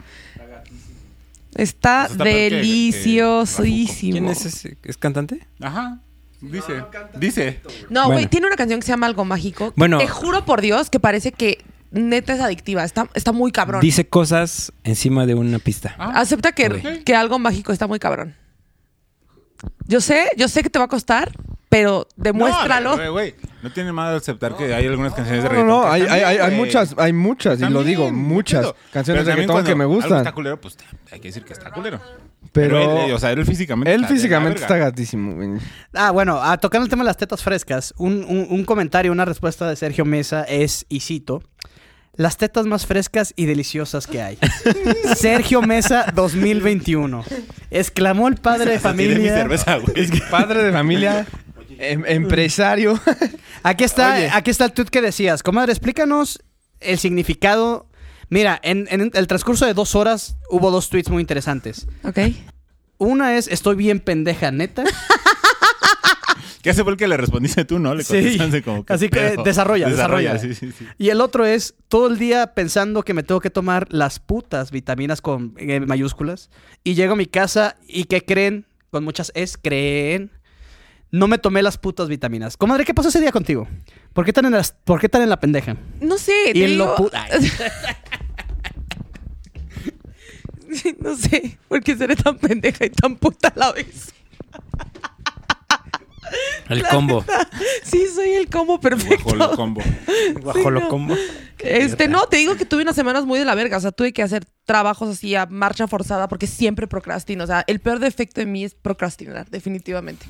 S4: Está
S2: Eso Pues está peor que- que- que
S4: deliciosísimo.
S3: ¿Quién es ese? ¿Es cantante?
S2: Ajá. Dice, dice.
S4: No, güey,
S3: Bueno.
S4: tiene una canción que se llama Algo Mágico.
S3: Bueno.
S4: Te juro por Dios que parece que neta es adictiva. Está, está muy cabrón.
S3: Dice cosas encima de una pista.
S2: Ah,
S4: Acepta que,
S2: Ok.
S4: que Algo Mágico está muy cabrón. Yo sé, yo sé que te va a costar, pero demuéstralo.
S2: No, güey, güey, no tiene nada de aceptar que hay algunas canciones de
S5: No,
S2: reggaetón.
S5: no, no,
S2: que
S5: hay,
S2: están
S5: hay,
S2: bien,
S5: hay, hay
S2: güey.
S5: muchas, hay muchas, y lo
S2: También,
S5: digo, muchas
S2: entiendo. Pero
S5: canciones de
S2: también
S5: reggaetón que
S2: cuando
S5: me
S2: algo
S5: gustan.
S2: está culero, pues hay que decir que está culero.
S5: Pero
S2: él, eh, o sea, él físicamente
S5: él
S2: está de la
S5: físicamente está
S2: verga.
S5: gatísimo, güey.
S1: Ah, bueno, a tocando el tema de las tetas frescas, un, un- un comentario, una respuesta de Sergio Mesa es, y cito, las tetas más frescas y deliciosas que (laughs) hay. Sergio Mesa 2021. Exclamó el padre de
S2: Hasta tiré mi
S1: familia.
S2: cerveza, güey.
S5: Padre de familia, (laughs) em-
S2: (laughs)
S5: empresario.
S1: Aquí está,
S5: Oye.
S1: aquí está el tweet que decías. Comadre, explícanos el significado. Mira, en, en el transcurso de dos horas hubo dos tweets muy interesantes.
S4: Ok.
S1: Una es, estoy bien pendeja,
S2: (laughs)
S1: neta.
S2: Que ese fue el que le respondiste tú, ¿no? Le
S1: Sí.
S2: contestaste como que.
S1: Así que,
S2: "Pero".
S1: desarrolla, desarrolla.
S2: Sí, sí, sí.
S1: Y el otro es todo el día pensando que me tengo que tomar las putas vitaminas con eh, mayúsculas. Y llego a mi casa y que creen, con muchas es, creen. No me tomé las putas vitaminas. Comadre, ¿qué pasó ese día contigo? ¿Por qué tan en, las, ¿por qué tan en la pendeja?
S4: No sé. te
S1: Y en lo pu-
S4: digo- (laughs)
S1: Ay.
S4: no sé por qué seré tan pendeja y tan puta a la vez.
S3: El combo.
S4: Sí, soy el combo perfecto.
S2: Bajo el
S4: (laughs)
S2: combo.
S3: Bajo lo
S4: no.
S3: combo.
S4: Este, no, te digo que tuve unas semanas muy de la verga. O sea, tuve que hacer trabajos así a marcha forzada porque siempre procrastino. O sea, el peor defecto de mí es procrastinar, definitivamente.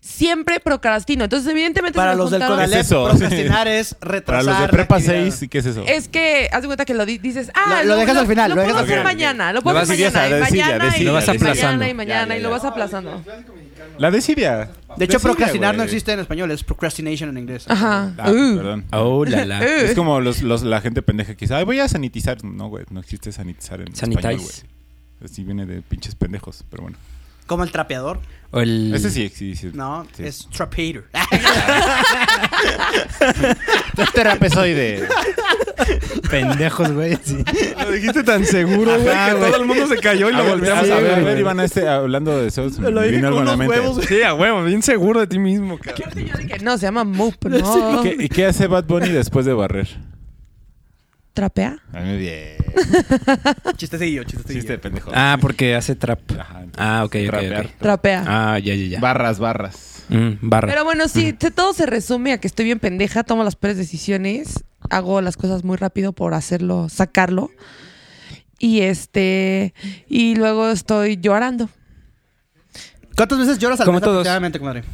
S4: Siempre procrastino. Entonces, evidentemente, se
S1: Para
S4: me
S1: los del
S4: juntaron-
S2: Conalep,
S1: Conalep,
S2: ¿Qué es eso?
S1: procrastinar
S2: procrastinar
S1: es
S2: (laughs) Para
S1: retrasar.
S2: los de prepa 6, ¿qué es eso?
S4: Es que, haz de cuenta que lo di- dices, ah,
S1: Lo- lo dejas al final,
S4: Lo,
S1: lo
S4: puedo
S1: dejas
S2: al
S4: hacer
S2: final.
S4: mañana, lo
S2: Lo
S4: puedo
S2: vas-
S4: hacer
S2: decides,
S4: mañana, y
S2: ah, decides,
S4: mañana, y
S2: decides,
S3: Lo vas
S4: mañana,
S3: aplazando.
S4: y mañana,
S2: Ya, ya,
S4: y lo
S2: ya.
S4: vas aplazando.
S2: La desidia.
S1: De hecho,
S2: Desidia,
S1: procrastinar no
S2: Pues güey.
S1: existe en español, es procrastination en inglés.
S4: Ajá.
S2: Ah,
S4: Uh.
S2: perdón.
S3: Oh, la la.
S4: (laughs) Eh.
S2: Es como los, los- la gente pendeja que dice, ay, voy a sanitizar. No, güey, no existe sanitizar en
S3: Sanitize.
S2: español, güey. Así viene de pinches pendejos, pero bueno.
S1: Como el trapeador.
S3: O el-
S2: Ese sí existe.
S1: No,
S2: Sí.
S1: es trapeator. Ah,
S2: Trapezoide.
S3: pendejos, güey. sí.
S5: Lo dijiste tan seguro, güey,
S2: Ajá,
S5: que
S2: güey.
S5: todo el mundo se cayó y
S2: Ah,
S5: lo volteamos
S2: sí,
S5: a ver.
S2: A ver,
S5: güey.
S2: Iván, este, hablando de eso, me
S1: Lo dije
S2: vino
S1: con
S2: algo a la
S1: unos
S2: mente.
S1: huevos, güey.
S5: Sí, a huevo, bien seguro de ti mismo, cabrón.
S4: Yo dije, no, se llama Moop, (laughs) no.
S2: ¿Qué- ¿Y qué hace Bad Bunny después de barrer?
S4: ¿Trapea?
S2: Muy bien.
S1: Chistecillo, chistecillo.
S2: Chiste de pendejo.
S3: Ah, porque hace trap.
S2: Ajá.
S3: Ah, ok, ok,
S2: Rapear.
S3: ok.
S4: Trapea.
S3: Ah, ya, ya, ya.
S2: Barras, barras.
S3: Mm, barra.
S4: Pero bueno, sí, te- todo se resume a que estoy bien pendeja, tomo las peores decisiones, hago las cosas muy rápido por hacerlo, sacarlo. Y este, y luego estoy llorando.
S1: ¿Cuántas veces lloras al
S3: Como
S1: mes
S3: todos.
S1: aproximadamente, comadre?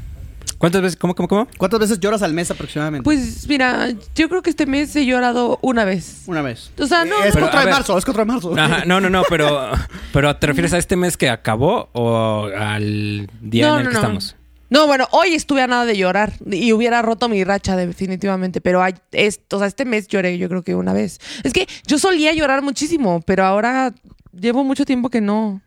S3: ¿Cuántas veces? ¿Cómo, cómo, cómo?
S1: ¿Cuántas veces lloras al mes aproximadamente?
S4: Pues mira, yo creo que este mes he llorado una vez.
S1: Una vez.
S4: O sea, no,
S1: es
S4: no,
S3: pero-
S1: contra
S3: a
S1: de
S3: ver.
S1: marzo, es contra de marzo.
S3: Ajá, no, no, no, pero, pero ¿te refieres a este mes que acabó o al día
S4: No,
S3: en el
S4: no,
S3: que
S4: no.
S3: estamos?
S4: No, bueno, hoy estuve a nada de llorar y hubiera roto mi racha definitivamente, pero hay, es- o sea, este mes lloré yo creo que una vez. Es que yo solía llorar muchísimo, pero ahora llevo mucho tiempo que no.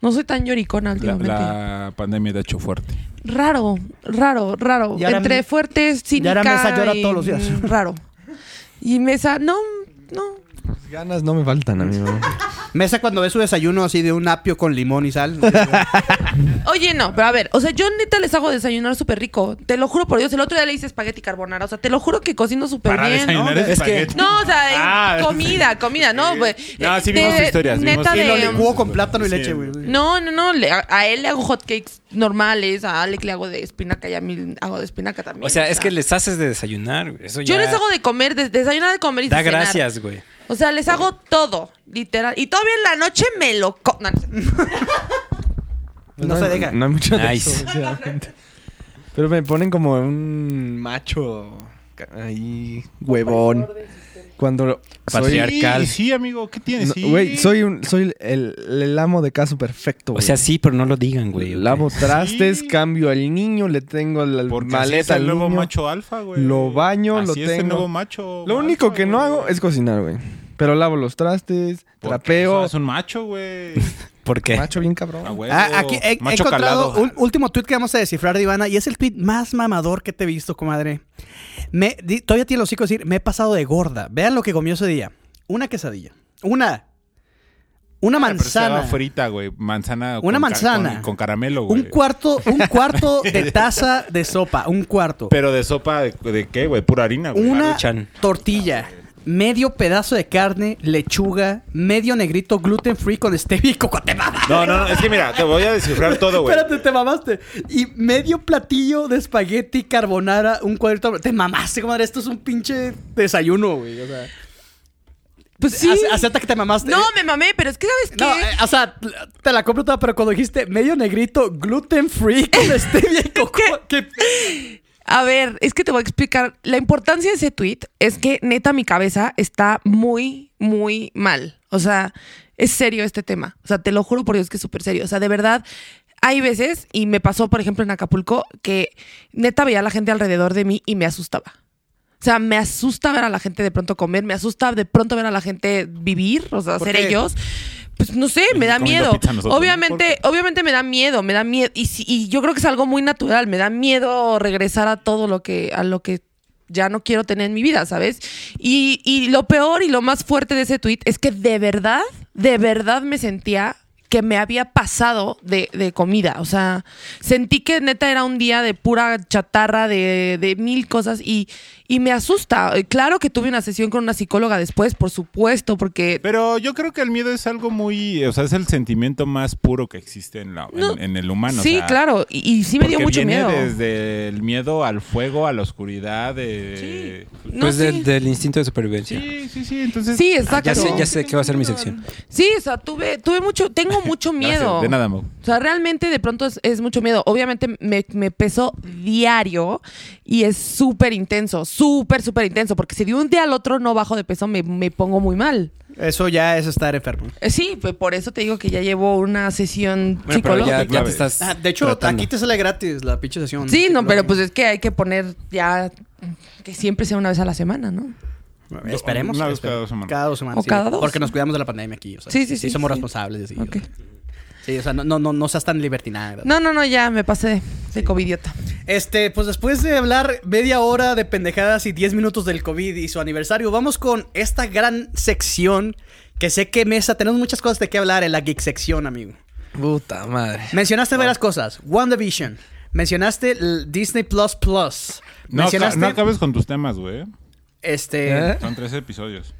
S4: No soy tan lloricona
S2: La,
S4: últimamente.
S2: la pandemia te ha hecho fuerte.
S4: Raro, raro, raro.
S1: Y ahora-
S4: Entre fuertes,
S1: y
S4: cínica
S1: ahora Mesa llora
S4: y,
S1: todos los días.
S4: mm, (laughs) Raro. Y Mesa, no, no.
S5: Las ganas no me faltan, amigo.
S1: Mesa cuando ve su desayuno así de un apio con limón y
S4: (laughs)
S1: sal.
S4: Oye, no, pero a ver, o sea, yo neta les hago desayunar súper rico. Te lo juro por Dios, el otro día le hice espagueti carbonara. O sea, te lo juro que cocino súper
S2: Para
S4: bien.
S2: desayunar
S3: Es que-
S2: espagueti.
S4: No, o sea, en
S2: Ah,
S4: comida, comida, no, güey.
S2: No, sí
S4: De-
S2: vimos tus historias,
S4: Neta
S2: vimos- Y lo
S4: de- um,
S2: licuó.
S1: Huevo con plátano y
S2: Sí.
S1: leche, güey.
S4: No, no, no, le- a, a él le hago hotcakes normales, a Alec le hago de espinaca y a mí hago de espinaca también.
S3: O sea, es que les haces de desayunar. güey. Eso
S4: Yo
S3: ya
S4: les hago de comer, de, desayunar, de comer y
S3: Da
S4: de cenar.
S3: gracias, güey.
S4: O sea, les hago todo, literal. Y todavía en la noche me lo... co- no, no sé.
S1: No se deja.
S5: No hay mucho de
S3: Nice. (laughs)
S5: eso, (laughs) sinceramente. Pero me ponen como un macho ca- ahí, huevón. Cuando soy...
S3: Patriarca. Patriarcal.
S2: Sí, sí, amigo, ¿qué tienes?
S5: No,
S2: Sí.
S5: Güey, soy, un, soy el, el amo de caso perfecto,
S3: O
S5: güey.
S3: sea, sí, pero no lo digan, güey. ok.
S5: Lavo trastes,
S2: Sí.
S5: cambio al niño, le tengo la
S2: Porque así es
S5: maleta
S2: el
S5: al
S2: nuevo
S5: niño.
S2: macho alfa, güey.
S5: Lo baño,
S2: Así
S5: lo
S2: Es el
S5: tengo.
S2: nuevo macho.
S5: Lo
S2: alfa,
S5: único que no
S2: güey.
S5: hago es cocinar, güey. Pero lavo los trastes,
S2: Porque
S5: trapeo.
S2: Es un macho,
S1: (laughs)
S2: güey.
S3: ¿Por qué?
S5: Macho bien cabrón.
S2: A huevo.
S1: Ah, aquí he, he
S2: macho
S1: encontrado
S2: calado.
S1: un último tweet que vamos a descifrar de Ivana y es el tweet más mamador que te he visto, comadre. Me, di- todavía tiene los hocico decir, me he pasado de gorda. Vean lo que comió ese día. Una quesadilla. Una. Una
S2: Ah, Pero estaba
S1: manzana.
S2: frita, güey. Manzana.
S1: Una
S2: con ca-
S1: manzana.
S2: con, con caramelo, güey.
S1: Un cuarto, un cuarto de taza de sopa, un cuarto.
S2: Pero de sopa de, de qué, güey? Pura harina, güey.
S1: Una
S3: Maruchan.
S1: tortilla, medio pedazo de carne, lechuga, medio negrito gluten free con stevia y cocotebaba.
S2: No, no, no. Es que mira, te voy a descifrar todo, güey.
S1: Espérate, te mamaste. Y medio platillo de espagueti carbonara, un cuadrito. Te mamaste, comadre. Esto es un pinche desayuno, güey. O sea,
S4: Pues sí.
S1: ace- acepta que te mamaste.
S4: No, me mamé, pero es que ¿sabes qué?
S1: No, eh, o sea, te la compro toda, pero cuando dijiste medio negrito, gluten
S4: (laughs)
S1: free con stevia y coco, que
S4: A ver, es que te voy a explicar. La importancia de ese tweet es que neta mi cabeza está muy, muy mal. O sea, es serio este tema. O sea, te lo juro por Dios que es súper serio. O sea, de verdad, hay veces, y me pasó, por ejemplo, en Acapulco, que neta veía a la gente alrededor de mí y me asustaba. O sea, me asusta ver a la gente de pronto comer, me asusta de pronto ver a la gente vivir, o sea,
S1: ¿Por
S4: ser
S1: qué?
S4: ellos. Pues no sé, me da
S2: Comiendo
S4: miedo.
S2: pizza nosotros,
S4: Obviamente, obviamente me da miedo, me da miedo. Y, si- y yo creo que es algo muy natural, me da miedo regresar a todo lo que, a lo que ya no quiero tener en mi vida, ¿sabes? Y, y lo peor y lo más fuerte de ese tweet es que de verdad, de verdad me sentía que me había pasado de, de comida. O sea, sentí que neta era un día de pura chatarra, de, de mil cosas y, y me asusta. Eh, Claro que tuve una sesión con una psicóloga después, por supuesto, porque...
S2: Pero yo creo que el miedo es algo muy. O sea, es el sentimiento más puro que existe en, la- en-
S4: No.
S2: en, el humano. o
S4: sí,
S2: sea,
S4: claro, y, y sí me dio
S2: porque
S4: mucho
S2: viene
S4: miedo.
S2: Desde el miedo al fuego, a la oscuridad. eh, De...
S4: Sí. No,
S3: Pues de-
S4: sí.
S3: del instinto de supervivencia.
S2: sí, sí, sí, Entonces.
S4: Sí, exacto.
S3: Ya sé, ya sé que va a ser mi sección.
S4: Sí, o sea, tuve, tuve mucho, tengo mucho
S2: Gracias,
S4: miedo.
S2: de nada, Mau.
S4: O sea, realmente de pronto es, es mucho miedo. Obviamente me, me pesó diario y es súper intenso, súper, súper intenso. Porque si de un día al otro no bajo de peso, me, me pongo muy mal.
S1: Eso ya es estar enfermo.
S4: Eh, Sí, pues por eso te digo que ya llevo una sesión
S3: Bueno, pero ya,
S4: psicológica.
S2: te
S3: ya te
S2: claves.
S3: estás.
S1: Ah, de hecho,
S3: tratando.
S1: aquí te sale gratis la pinche sesión.
S4: Sí, no, pero pues es que hay que poner ya que siempre sea una vez a la semana, ¿no?
S1: Esperemos.
S2: Una vez
S1: esperemos.
S2: cada dos semanas.
S1: Cada dos semanas,
S4: ¿O
S1: sí,
S4: cada dos?
S1: Porque nos cuidamos de la pandemia aquí. O sea,
S4: Sí, sí, sí,
S1: somos
S4: sí.
S1: responsables. y así,
S4: Ok.
S1: o sea. Sí, o sea, no, no, no, no seas tan libertinada.
S4: No, no, no, ya me pasé de, de covidiota.
S1: Este, pues después de hablar media hora de pendejadas y 10 minutos del COVID y su aniversario, vamos con esta gran sección que sé que mesa, tenemos muchas cosas de qué hablar en la geek sección, amigo.
S5: Puta madre.
S1: Mencionaste varias cosas, WandaVision, mencionaste el Disney Plus Plus,
S2: No, aca-
S1: mencionaste
S2: no acabes con tus temas, güey.
S1: este
S5: ¿Eh?
S2: Son tres episodios.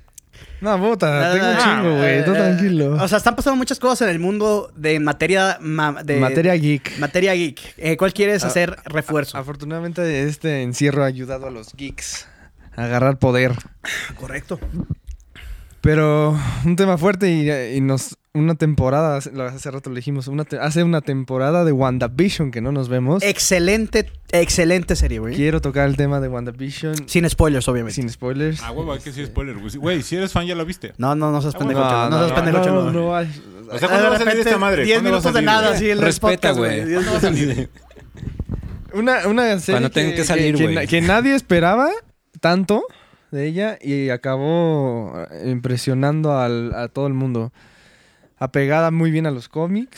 S5: No, puta,
S1: nada,
S5: tengo un
S1: nada,
S5: chingo, güey. Tú
S1: eh,
S5: tranquilo.
S1: O sea, están pasando muchas cosas en el mundo de materia ma- de
S5: Materia geek. Ah,
S1: materia geek. Eh, ¿Cuál quieres
S5: A-
S1: hacer refuerzo?
S5: Afortunadamente este encierro ha ayudado a los geeks a agarrar poder. ah,
S1: Correcto.
S5: Pero un tema fuerte y, y nos una temporada, hace- lo- hace rato lo dijimos, una te- hace una temporada de WandaVision que no nos vemos.
S1: Eh, Excelente, excelente serie, güey.
S5: Quiero tocar el tema de WandaVision
S1: Sin spoilers, obviamente.
S5: sin spoilers.
S2: Ah, huevo, hay que decir spoiler, güey. Güey, si eres fan, ya lo viste.
S1: No, no, no seas
S2: Ah,
S1: pendejo,
S2: bueno.
S1: cholo. No, seas pendejo, cholo.
S5: no, no, ay,
S2: O sea, ¿cuándo va a salir esta madre?
S1: 10
S2: ¿Cuándo va a
S1: minutos de
S2: salir,
S1: nada,
S2: güey?
S1: así en el
S3: Respeta,
S1: podcast,
S3: güey.
S1: Diez minutos.
S5: Una, una serie
S3: Cuando tenga que salir,
S5: que
S3: güey.
S5: na- que nadie esperaba tanto de ella y acabó eh, impresionando al- a todo el mundo. Apegada muy bien a los cómics.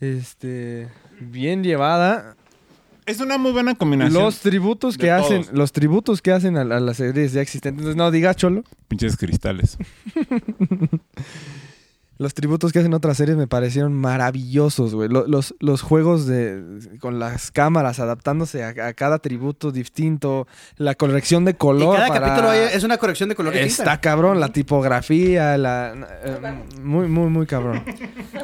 S5: Este. Bien llevada.
S2: Es una muy buena combinación.
S5: Los tributos
S2: de
S5: que hacen.
S2: todos.
S5: Los tributos que hacen a, a las series ya existentes. Entonces, no digas cholo.
S2: Pinches cristales.
S5: Los tributos que hacen otras series me parecieron maravillosos, güey. Lo- Los, los juegos de, con las cámaras adaptándose a, a cada tributo distinto, la corrección de
S1: Y
S5: color.
S1: cada
S5: para-
S1: capítulo es una corrección de color
S5: Está
S1: distinta.
S5: cabrón, la tipografía, la... eh, muy, muy,
S1: (laughs)
S5: muy cabrón.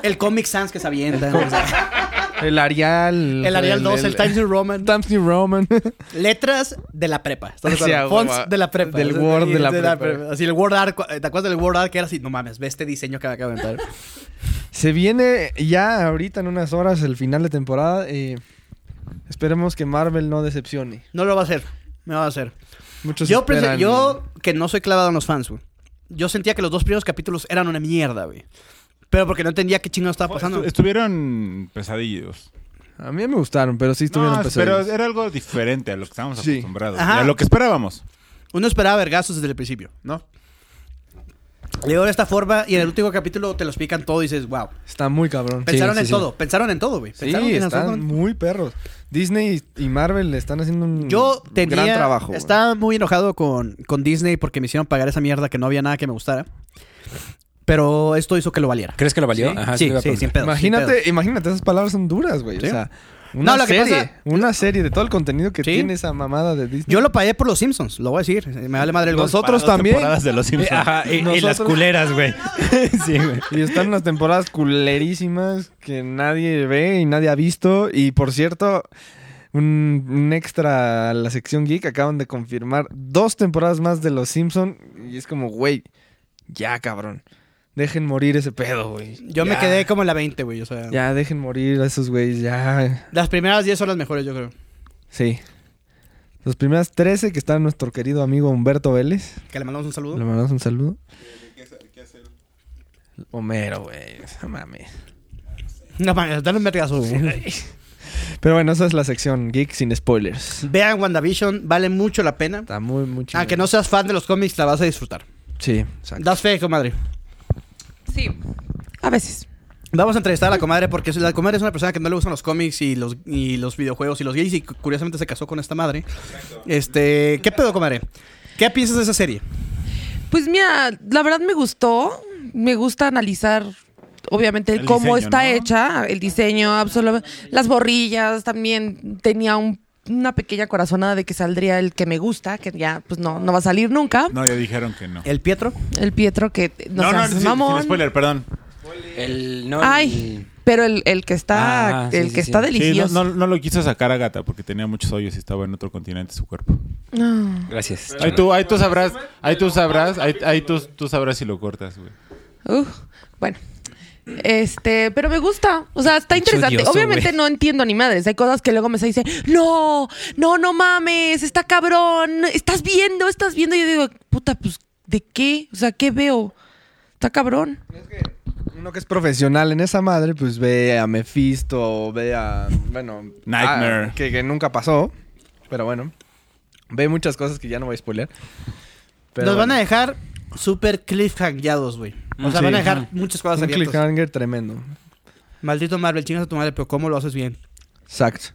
S1: El Comic Sans que se avienta. o sea,
S5: El Arial.
S1: El Arial 2, el Times New Roman.
S5: Times New Roman. (laughs)
S1: Letras de la prepa. ¿Estás de
S5: Sí,
S1: acuerdo?
S5: a huevo.
S1: Fonts de la prepa.
S5: Del
S1: O sea,
S5: Word de la prepa.
S1: Así el Word Art. ¿Te acuerdas del Word Art que era así? No mames, ve este diseño que me acabo de inventar.
S5: Se viene ya ahorita en unas horas el final de temporada. eh, esperemos que Marvel no decepcione.
S1: No lo va a hacer. No lo va a hacer.
S5: Muchos
S1: Yo, pensé-
S5: esperan-
S1: yo, que no soy clavado en los fans, güey. Yo sentía que los dos primeros capítulos eran una mierda, güey. Pero porque no entendía qué chingado estaba pasando.
S2: Estu- Estuvieron pesadillos.
S5: A mí me gustaron, pero sí estuvieron
S2: No, pero
S5: pesadillos.
S2: era algo diferente a lo que estábamos
S5: Sí.
S2: acostumbrados.
S1: Ajá.
S2: y A lo que esperábamos.
S1: Uno esperaba vergazos desde el principio, ¿no? Le dio de esta forma y en el último capítulo te lo explican todo y dices, wow.
S5: Está muy cabrón.
S1: Pensaron
S3: sí,
S1: en
S3: sí.
S1: todo, pensaron en todo, güey.
S5: Sí,
S1: Pensaron en
S5: están
S1: absolutamente-
S5: muy perros. Disney y Marvel le están haciendo un
S1: Yo tenía.
S5: gran trabajo. güey.
S1: estaba muy enojado con, con Disney porque me hicieron pagar esa mierda que no había nada que me gustara. Pero esto hizo que lo valiera.
S3: (laughs) ¿Crees que lo valió?
S1: Sí,
S3: Ajá,
S1: sí,
S3: te iba a
S1: sí, sin pedos,
S3: preguntar.
S1: sin pedos.
S5: Imagínate, imagínate, esas palabras son duras, güey.
S1: Sí.
S5: O sea, una
S1: No, lo que
S5: serie,
S1: pasa-
S5: una serie de todo el contenido que
S1: Sí.
S5: tiene esa mamada de Disney.
S1: Yo lo pagué por los Simpsons, lo voy a decir. Me vale madre el golf.
S5: Nosotros
S2: Para dos
S5: también.
S2: temporadas de los Simpsons.
S3: Ajá, y, y las
S5: Nosotros-
S3: culeras, güey. sí, güey.
S5: Y están unas temporadas culerísimas que nadie ve y nadie ha visto. Y por cierto, un, un extra a la sección geek acaban de confirmar dos temporadas más de Los Simpson Y es como, güey, ya cabrón. Dejen morir ese pedo, güey.
S1: Yo me
S5: Ya.
S1: quedé como en la 20, güey. O sea,
S5: Ya, dejen morir a esos güeyes, ya.
S1: las primeras 10 son las mejores, yo creo.
S5: Sí. Los primeras 13 que está nuestro querido amigo Humberto Vélez.
S1: Que le mandamos un saludo.
S5: Le mandamos un saludo. Homero, güey. No mames.
S1: No mames, dale un vergazo, güey.
S5: Pero bueno, esa es la sección geek sin spoilers.
S1: Vean WandaVision, vale mucho la pena.
S5: Está muy, muy chido.
S1: Aunque Ah, no seas fan de los cómics, la vas a disfrutar.
S5: Sí, exacto.
S1: Das fe, comadre.
S4: Sí. A veces.
S1: Vamos a entrevistar a la comadre porque la comadre es una persona que no le gustan los cómics y los, y los videojuegos y los gays y cu- curiosamente se casó con esta madre. Este, ¿qué pedo, comadre? ¿Qué piensas de esa serie?
S4: Pues mira, la verdad me gustó. Me gusta analizar, obviamente,
S2: El diseño,
S4: cómo está
S2: ¿no?
S4: hecha, el diseño, absolutamente. Las borrillas también tenía un- una pequeña corazonada de que saldría el que me gusta, que ya pues no, no va a salir nunca.
S2: No, ya dijeron que no.
S1: El Pietro.
S4: El Pietro que no,
S2: no,
S4: seas
S2: no, sin-
S4: mamón.
S2: sin spoiler, perdón.
S3: El, no,
S4: Ay, pero el, el que está,
S3: Ah, sí,
S4: el
S3: sí,
S4: que
S3: sí.
S4: está
S3: Sí,
S2: Sí, no,
S4: delicioso.
S2: no- no lo quiso sacar a Gata porque tenía muchos hoyos y estaba en otro continente su cuerpo.
S4: No.
S3: Gracias.
S2: Ahí tú, ahí tú sabrás, ahí tú sabrás, ahí, ahí tú, tú sabrás si lo cortas, güey.
S4: Uf, Uh, bueno. Este, pero me gusta. O sea, está
S3: Pinche
S4: interesante.
S3: odioso,
S4: Obviamente
S3: güey.
S4: no entiendo ni madres. Hay cosas que luego me dice, no, no, no mames, está cabrón. Estás viendo, estás viendo. Y yo digo, puta, pues, ¿de qué? O sea, ¿qué veo? Está cabrón.
S5: Uno que es profesional en esa madre, pues ve a Mephisto, ve a. Bueno.
S2: Nightmare.
S5: a- que, que nunca pasó. Pero bueno. Ve muchas cosas que ya no voy a spoiler. Pero
S1: Nos van
S5: bueno,
S1: a dejar super cliffhangeados, güey. O sea,
S5: Sí.
S1: van a dejar muchas cosas
S5: Un
S1: abiertas.
S5: cliffhanger tremendo.
S1: Maldito Marvel, chingas a tu madre, pero ¿cómo lo haces bien?
S5: Exacto.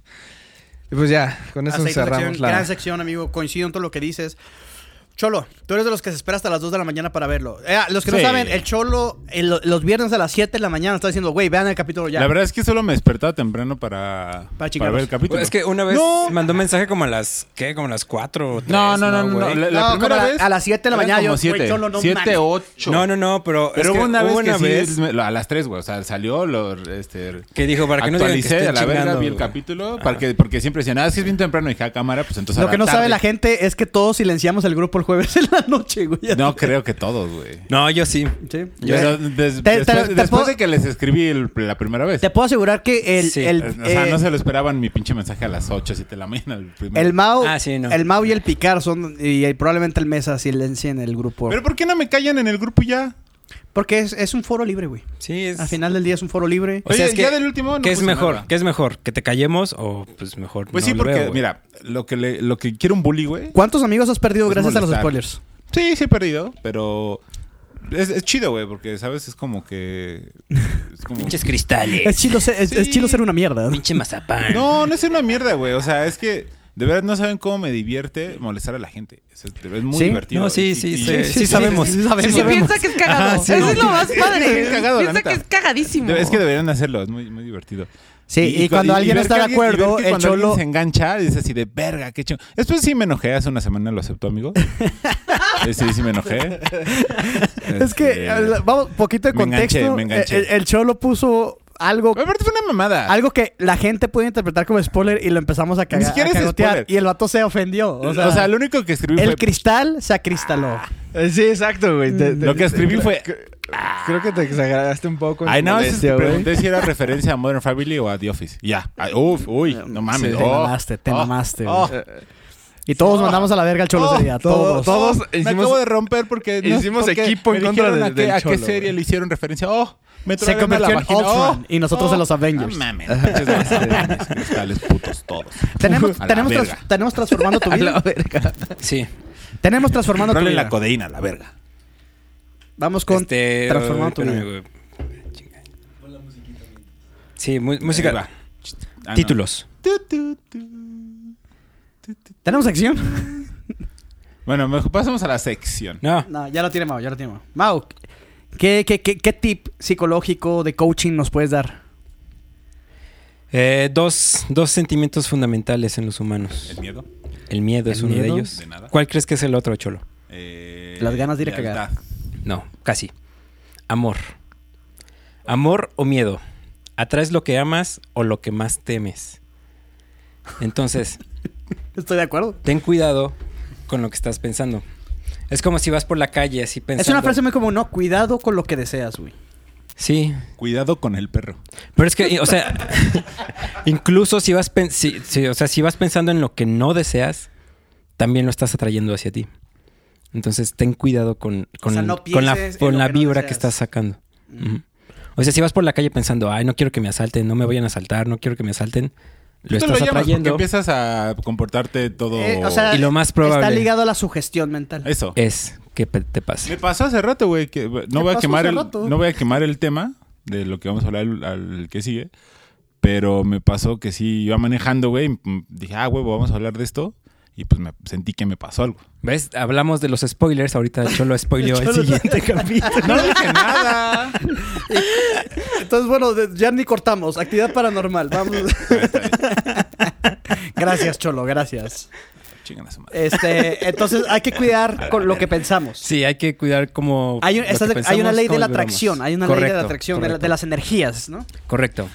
S5: Y pues ya, con eso
S1: Aceite de
S5: cerramos
S1: sección,
S5: la.
S1: Gran sección, amigo. Coincido en todo lo que dices. Cholo, tú eres de los que se espera hasta las 2 de la mañana para verlo. Eh, los que no
S2: Sí.
S1: saben, el Cholo el- los viernes a las 7 de la mañana está diciendo, güey, vean el capítulo ya.
S2: La verdad es que solo me despertaba temprano para,
S1: Para
S2: para,
S1: chingarlos. Pues
S2: ver el capítulo.
S3: Pues, Es que una vez
S2: No.
S3: mandó mensaje como a las, ¿qué? Como a las cuatro o tres,
S2: no, no, no, no,
S3: güey?
S2: La, la
S1: No,
S2: primera
S1: como a-
S2: vez
S1: a las siete de la
S2: eran
S1: mañana, yo,
S2: Como
S1: güey,
S2: siete,
S1: Cholo, no mames.
S2: siete, ocho.
S3: No, no, no, pero,
S2: Pero
S3: es
S2: hubo
S3: que
S2: una vez
S3: hubo
S2: que
S3: una
S2: sí,
S3: vez
S2: me- a las tres, güey. O sea, salió, lo, este,
S3: que dijo para que no digan que
S2: actualicé
S3: estoy
S2: a la verga,
S3: chingando,
S2: vi el
S3: güey.
S2: capítulo, para que- porque siempre decían, ah, es que es bien temprano, y dije, ah, cámara, pues entonces a
S1: Lo que no
S2: tarde".
S1: sabe la gente es que todos silenciamos el grupo el jueves (laughs) en la noche, güey.
S2: No, creo que todos, güey.
S3: No, yo sí.
S1: Sí.
S2: Pero des-
S1: Te- te-
S2: después,
S1: te
S2: después
S1: puedo-
S2: de que les escribí el- la primera vez.
S1: Te puedo asegurar que el,
S3: Sí.
S1: el,
S2: o sea,
S1: eh,
S2: no se lo esperaban mi pinche mensaje a las 8, 7 de la mañana. El primero.
S1: el Mao,
S3: Ah, sí, no.
S1: el Mao y el Picar son y, eh, probablemente el Mesa silencien el grupo.
S2: Pero ¿por qué no me callan en el grupo ya?
S1: Porque es, es un foro libre, güey.
S3: Sí, es...
S1: Al final del día es un foro libre.
S3: O sea,
S2: Oye,
S3: es que-
S2: ya del último no
S3: ¿Qué es
S2: puse
S3: mejor?
S2: nada.
S3: ¿Qué es mejor? ¿Que te callemos o pues mejor
S2: Pues
S3: no
S2: sí,
S3: lo
S2: porque,
S3: veo, güey?
S2: mira, lo que, le, lo que quiere un bully, güey.
S1: ¿Cuántos amigos has perdido
S2: Es
S1: gracias a los
S2: molestar.
S1: spoilers?
S2: Sí, sí he perdido, pero es, es chido, güey, porque, ¿sabes? Es como que... Es como...
S3: Pinches cristales.
S1: Es chido ser, es, es
S2: Sí.
S1: chido ser una mierda.
S3: Pinche mazapán.
S2: No, no es una mierda, güey. O sea, es que de verdad no saben cómo me divierte molestar a la gente. Es, es muy
S1: Sí.
S2: divertido.
S3: No, sí,
S2: Y-
S3: sí,
S2: y-
S3: sí,
S2: y-
S3: sí, sabemos.
S1: sí, sí sabemos.
S3: Sí
S4: Y
S3: sabemos.
S4: piensa que es
S2: Ah,
S4: cagado.
S3: Ajá, sí,
S4: Eso
S3: no.
S4: es lo más padre.
S2: Es cagado, la neta.
S4: piensa que es cagadísimo.
S2: Es que deberían hacerlo, es muy, muy divertido.
S1: Sí, y, cuando
S2: y
S1: alguien
S2: ver
S1: está
S2: que
S1: de
S2: alguien- y ver
S1: acuerdo,
S2: que
S1: el
S2: cuando
S1: cholo.
S2: alguien se engancha, dice así de verga, qué chingo. Después sí me enojé, hace una semana lo aceptó, amigo. Eh, sí, sí me
S1: (laughs)
S2: enojé.
S1: (laughs) Es que,
S2: Este,
S1: eh, vamos, poquito de
S2: me enganché,
S1: contexto. eh,
S2: me enganché.
S1: El, el cholo puso algo,
S2: Aparte fue una mamada.
S1: algo que la gente puede interpretar como spoiler y lo empezamos a, cagar,
S2: Ni siquiera
S1: a
S2: es
S1: cagotear,
S2: spoiler.
S1: Y el vato se ofendió.
S2: o,
S1: O
S2: sea,
S1: sea,
S2: lo único que escribí
S1: el
S2: fue. Ah.
S1: cristal se acristaló.
S5: Eh, Sí, exacto, güey. Te- te-
S2: Lo que escribí fue.
S5: Creo que te exageraste un poco. en
S2: Ay,
S5: tu
S2: no, es
S5: molestia,
S2: que
S5: güey.
S2: pregunté si era referencia a Modern Family o a The Office. Ya. Ay, Uf, uy, no mames.
S1: Sí, te
S2: oh,
S1: mamaste, te
S2: oh,
S1: mamaste,
S2: oh.
S5: Eh,
S1: güey. Y todos
S2: Oh.
S1: mandamos a la verga al cholo ese día,
S5: todo-
S1: todos.
S5: todo- Todos
S2: me
S5: hicimos-
S2: acabo de romper porque no-
S5: hicimos
S2: porque
S5: equipo en
S2: me
S5: contra
S2: dijeron
S5: de-
S2: a qué,
S5: del
S2: a qué
S5: Cholo,
S2: serie
S5: güey.
S2: le hicieron referencia. Oh, me
S1: Se
S2: tronaron
S1: convirtió
S2: la
S1: en
S2: vagina. Oh.
S1: Ultron, y nosotros en los Avengers.
S2: No mames, (laughs) pinches este, brasileños, cristales putos todos.
S1: Tenemos,
S2: (laughs) A la
S1: tenemos,
S2: verga.
S1: trans- tenemos transformando
S2: (laughs)
S1: tu vida.
S3: Sí.
S1: tenemos transformando tu
S2: Rolen
S1: vida.
S2: la codeína, la verga.
S1: Vamos con
S3: Este,
S1: transformando tu
S3: espérame,
S1: vida.
S3: güey. Chinga. Sí, mu- música.
S2: Ahí va. Ah, no.
S3: Títulos.
S2: Tu, tu, tu.
S1: ¿Tenemos sección? (laughs)
S2: Bueno, mejor pasamos a la sección.
S3: No.
S1: No, ya lo tiene Mau, ya lo tiene Mau. Mau, ¿Qué, qué, qué, qué tip psicológico de coaching nos puedes dar?
S3: Eh, dos, dos sentimientos fundamentales en los humanos.
S2: El miedo.
S3: El miedo es
S1: ¿El
S3: uno de
S1: miedo?
S3: ellos.
S2: De nada.
S3: ¿Cuál crees que es el otro, Cholo?
S2: eh,
S1: Las ganas de ir a cagar.
S2: lealtad.
S3: No, casi. Amor. Amor o miedo. Atraes lo que amas o lo que más temes.
S1: (laughs)
S3: Entonces,
S1: Estoy de acuerdo.
S3: ten cuidado con lo que estás pensando. Es como si vas por la calle así pensando.
S1: Es una frase muy como, no, cuidado con lo que deseas, güey.
S3: Sí,
S2: Cuidado con el perro.
S3: Pero es que, o sea, (laughs) incluso si vas, pen- si- si- o sea, si vas pensando en lo que no deseas, también lo estás atrayendo hacia ti. Entonces, ten cuidado con, con,
S1: sea,
S3: el-
S1: no
S3: con la,
S1: pienses en
S3: con
S1: lo
S3: la
S1: que no
S3: vibra que
S1: deseas. Mm.
S3: estás sacando. Ujú. O sea, si vas por la calle pensando, ay, no quiero que me asalten, no me vayan a asaltar, no quiero que me asalten, lo
S2: Tú
S3: estás
S2: llamas porque
S3: atrayendo.
S2: empiezas a comportarte todo.
S1: Eh, o sea,
S3: Y lo más probable.
S1: Está ligado a la sugestión mental.
S2: eso.
S3: Es que pe- te pase.
S2: Me pasó hace rato, güey, que no voy a
S1: pasó
S2: quemar
S1: hace
S2: el
S1: rato?
S2: no voy a quemar el tema de lo que vamos a hablar al, al que sigue, pero me pasó que sí iba manejando, güey, y, mm, dije, "Ah, huevo, vamos a hablar de esto." Y pues me sentí que me pasó algo.
S3: ¿Ves? Hablamos de los spoilers. Ahorita
S2: (laughs)
S3: Cholo spoileó el siguiente capítulo.
S2: No
S1: (laughs)
S2: dije nada.
S1: Entonces, bueno, de- ya ni cortamos. Actividad paranormal. Vamos. (laughs)
S2: (laughs)
S1: gracias, Cholo, gracias.
S2: Chingan a su madre.
S1: Este, entonces hay que cuidar con lo que pensamos.
S3: Sí, hay que cuidar como.
S1: Hay, un- estás de- hay una ley de la atracción, hay una ley de la atracción, de la- de
S3: las
S1: las energías, ¿no?
S3: Correcto.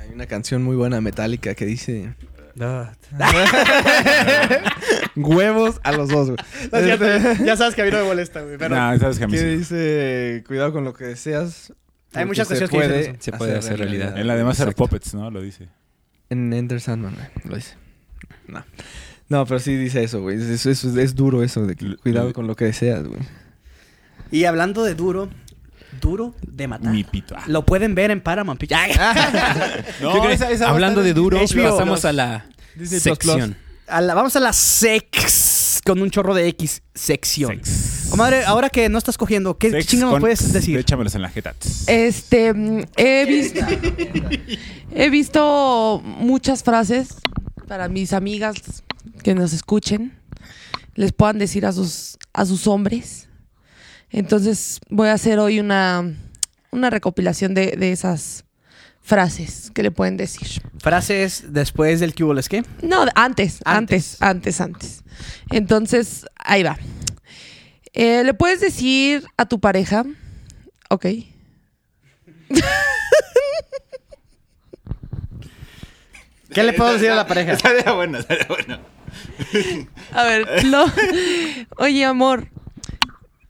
S5: Hay una canción muy buena metálica que dice (laughs) huevos a
S1: (laughs)
S5: los dos, güey. (laughs)
S2: (laughs)
S5: Este,
S1: ya sabes que a mí no me molesta, güey.
S2: No, sabes que a mí
S5: que
S2: sí.
S5: dice cuidado con lo que deseas.
S1: Hay
S5: porque
S1: muchas
S5: se
S1: canciones que dicen eso.
S3: Se puede hacer realidad.
S2: Él además era
S3: Exacto.
S2: puppets, ¿no? Lo dice.
S5: En Enter Sandman, güey, lo dice. No. No, pero sí dice eso, güey. Es, es- es duro eso de que
S2: L-
S5: cuidado
S2: l-
S5: con lo que deseas, güey.
S1: Y hablando de duro, duro de matar.
S2: Mi pito. Ah.
S1: Lo pueden ver en Paramount Pictures. (laughs) Ay.
S2: No,
S3: Yo creo-
S2: esa- esa va a
S3: hablando
S2: estar
S3: de
S2: en
S3: duro,
S1: HBO.
S3: pasamos a la
S5: Disney Plus
S3: sección.
S1: A la- vamos a la sex con un chorro de X sección.
S2: Sex.
S1: Comadre, ahora que no estás cogiendo, ¿qué
S2: Sex
S1: chingados
S2: con-
S1: puedes decir?
S2: Échamelos en la jeta.
S4: Este, mm, he visto, he visto muchas frases para mis amigas que nos escuchen, les puedan decir a sus, a sus hombres. Entonces voy a hacer hoy una, una recopilación de, de esas frases que le pueden decir.
S1: Frases después del que hubo les qué?
S4: No, antes, antes,
S1: Antes.
S4: antes, antes. Entonces, ahí va. Eh, Le puedes decir a tu pareja, ok.
S1: ¿Qué le puedo decir a la pareja?
S2: (laughs) Estaría bueno, estaría bueno.
S4: A ver, (laughs) lo- oye, amor,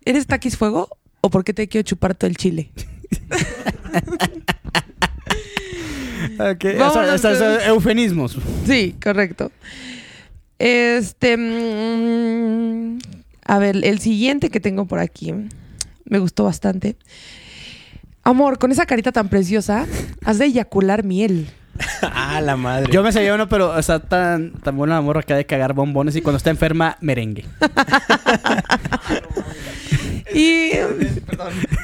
S4: ¿eres taquis fuego o por qué te quiero chupar todo el chile?
S1: (laughs) Ok, o
S4: Vámonos
S1: sea, esas,
S4: con-
S1: eh, eufemismos.
S4: Sí, correcto. Este, mm, a ver, el siguiente que tengo por aquí me gustó bastante. Amor, con esa carita tan preciosa, has de eyacular miel.
S3: Ah, la madre.
S1: Yo me sabía uno, pero está tan, tan buena la morra acá de cagar bombones y cuando está enferma, merengue.
S4: (laughs) Y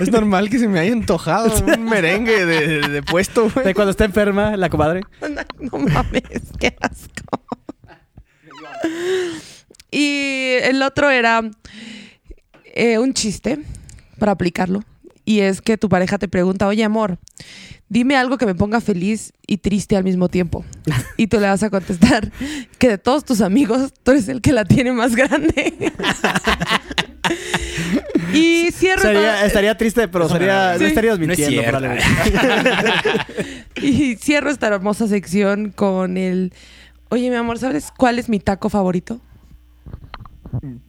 S5: Es normal que se me haya antojado
S1: (laughs)
S5: un merengue de, de puesto,
S1: De
S5: güey.
S1: cuando está enferma, la comadre.
S4: (laughs) no mames, qué asco. Y el otro era eh, un chiste para aplicarlo. Y es que tu pareja te pregunta, oye amor, dime algo que me ponga feliz y triste al mismo tiempo. Y tú le vas a contestar que de todos tus amigos, tú eres el que la tiene más grande. (laughs) y cierro
S1: Sería-
S4: con-
S1: estaría triste, pero sería,
S4: Sí.
S1: no estarías
S3: No es
S1: mintiendo.
S3: cierto.
S1: probablemente. (laughs)
S4: (laughs) Y cierro esta hermosa sección con el. Oye, mi amor, ¿sabes cuál es mi taco favorito?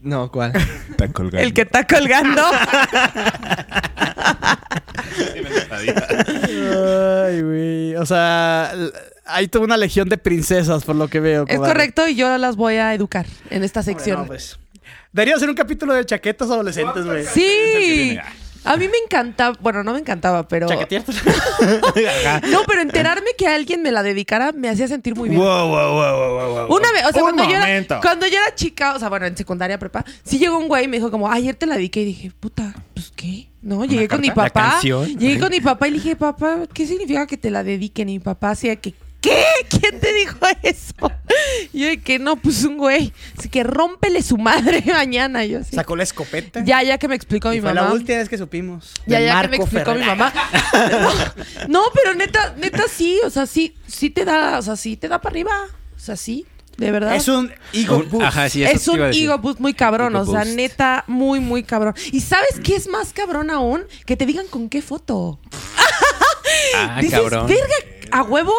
S5: No, ¿cuál?
S2: Está colgando.
S4: El que
S1: (laughs)
S4: está colgando. (laughs)
S1: Ay, güey. O sea, l- hay toda una legión de princesas, por lo que veo.
S4: es
S1: comadre.
S4: correcto y yo las voy a educar en esta
S1: Hombre,
S4: sección.
S1: no, pues. Debería ser un capítulo de chaquetas adolescentes, güey.
S4: Sí. A mí me encantaba, bueno, no me encantaba, pero...
S1: Chaquetear. pues.
S4: (laughs) No, pero enterarme que alguien me la dedicara me hacía sentir muy bien.
S2: Wow, wow, wow, wow, wow, wow.
S4: Una vez, o sea,
S2: Un
S4: cuando yo,
S2: momento.
S4: era, cuando yo era chica, o sea, bueno, en secundaria prepa, sí llegó un güey y me dijo como, ayer te la dediqué y dije, puta, pues qué. No, llegué con mi
S3: carta? ¿La
S4: papá.
S3: canción?
S4: Llegué con mi papá y le dije, papá, ¿qué significa que te la dediquen? Y mi papá hacía que ¿qué? ¿Quién te dijo eso? Y yo de que no, pues un güey. Así que rómpele su madre (laughs) mañana. Yo así.
S1: Sacó la escopeta.
S4: Ya, ya que me explicó mi
S1: Y fue
S4: mamá.
S1: la última vez que supimos.
S4: Ya,
S1: de
S4: ya que me
S1: Marco
S4: explicó mi
S1: Ferrer.
S4: mamá. No, pero neta, neta sí, o sea, sí, sí te da, o sea, sí te da para arriba. O sea, sí, de verdad.
S1: Es un ego
S3: Un-
S1: boost.
S3: Ajá, sí, eso te
S4: Es
S3: iba a
S4: un
S3: decir.
S4: ego boost muy cabrón,
S3: Ego
S4: o sea,
S3: boost.
S4: neta, muy, muy cabrón. ¿Y sabes qué es más cabrón aún? Que te digan con qué foto.
S3: Ah,
S4: Dices,
S3: cabrón.
S4: verga, a huevo,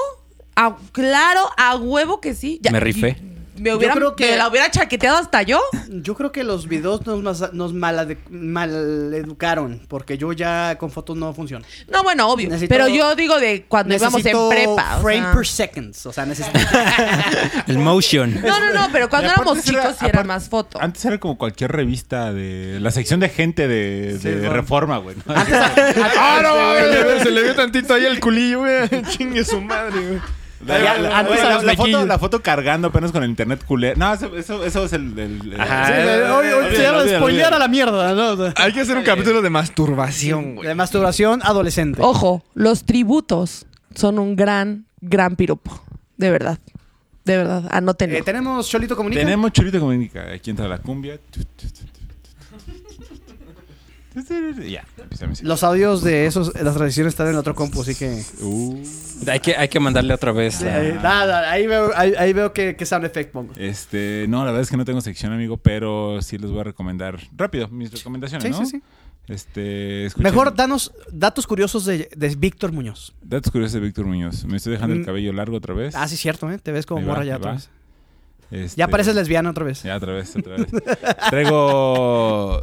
S4: a- claro, a huevo que sí. Ya,
S3: Me rifé.
S4: y- Me, hubiera,
S1: creo que-
S4: me la hubiera chaqueteado hasta yo.
S1: Yo creo que los videos nos, mas- nos malade- maleducaron, porque yo ya con fotos no funciona.
S4: No, bueno, obvio.
S1: Necesito-
S4: pero yo digo de cuando íbamos en
S1: Necesito
S4: prepa. o
S1: frame
S4: sea.
S1: per seconds, o sea, necesito...
S3: El motion.
S4: No, no, no, pero cuando
S2: Y aparte
S4: éramos
S2: era-
S4: chicos sí era
S2: aparte-
S4: más foto.
S2: Antes era como cualquier revista de la sección de gente de,
S1: Sí,
S2: de
S1: bueno.
S2: Reforma, güey. ¿no?
S5: ¡Ah, no! Se le vio tantito ahí el culillo, güey. Chingue su madre, güey.
S2: La,
S1: Ya,
S2: la-
S1: antes
S2: güey,
S1: a
S2: la-
S1: los
S2: la foto,
S1: mequillos.
S2: la foto cargando apenas con el internet culé. No, eso, eso, eso es el... el- el-
S3: Ajá.
S2: Sí,
S3: Eh,
S2: güey,
S1: hoy, hoy se
S2: olvídalo,
S1: llama
S2: olvídalo,
S1: spoilear
S2: olvídalo.
S1: a la mierda, ¿no? O sea,
S5: Hay que hacer un capítulo de masturbación, güey.
S1: de masturbación adolescente.
S2: Oh,
S4: Ojo, los tributos son un gran, gran piropo. De verdad. De verdad, anótenlo.
S1: Eh, ¿Tenemos Cholito Comunica?
S2: Tenemos Chulito Comunica. Aquí entra la cumbia. Ya, empieza a decir.
S1: Los audios de esos, las tradiciones están en otro compu, así que...
S2: Uh,
S3: Hay que, hay que mandarle otra vez. la-
S1: Eh, nada, ahí veo, ahí, ahí veo que, que sound effect pongo.
S2: este, no, la verdad es que no tengo sección, amigo, pero sí les voy a recomendar rápido mis recomendaciones,
S1: Sí,
S2: ¿no?
S1: sí, sí.
S2: Este, escuchen-
S1: Mejor danos datos curiosos de, de Víctor Muñoz.
S2: Datos curiosos de Víctor Muñoz. Me estoy dejando
S1: Mm.
S2: el cabello largo otra vez.
S1: Ah, sí, cierto, ¿eh? Te ves como
S2: Ahí va,
S1: morra ya
S2: ahí
S1: otra
S2: va.
S1: vez.
S2: Este,
S1: Ya pareces lesbiana otra vez.
S2: Ya otra vez,
S1: (laughs)
S2: otra vez. Traigo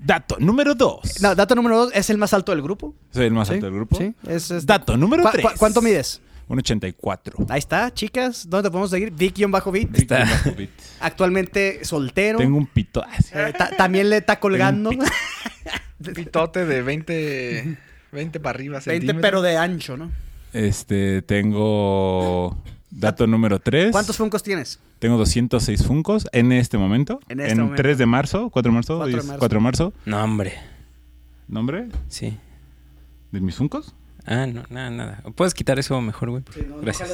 S2: dato número dos.
S1: Eh, No, dato número dos, es el más alto del grupo.
S2: Soy el más
S1: Sí,
S2: alto del grupo.
S1: Sí, es, es-
S2: Dato número
S1: ¿Cu- cu-
S2: tres.
S1: ¿Cuánto mides?
S2: Un 84.
S1: Ahí está, chicas. ¿Dónde te podemos seguir? Vic-Bit.
S2: (laughs)
S3: Está-
S2: Víctor Bit.
S1: Actualmente soltero.
S2: Tengo un pito. Ah, sí.
S1: Eh, ta- también le está (laughs) colgando.
S5: Pitote de 20, 20 para arriba.
S1: 20,
S5: centímetros.
S1: pero de ancho, ¿no?
S2: Este, tengo dato número 3.
S1: ¿Cuántos funcos tienes?
S2: Tengo 206 funcos en este momento.
S1: En este momento.
S2: 3 de marzo, 4 de marzo,
S1: 4 de
S2: 10,
S1: marzo.
S2: 4 de marzo.
S3: No, hombre.
S2: ¿Nombre
S3: Sí.
S2: de mis funcos?
S3: Ah, no, nada, nada. ¿Puedes quitar eso mejor, güey? por favor? Gracias.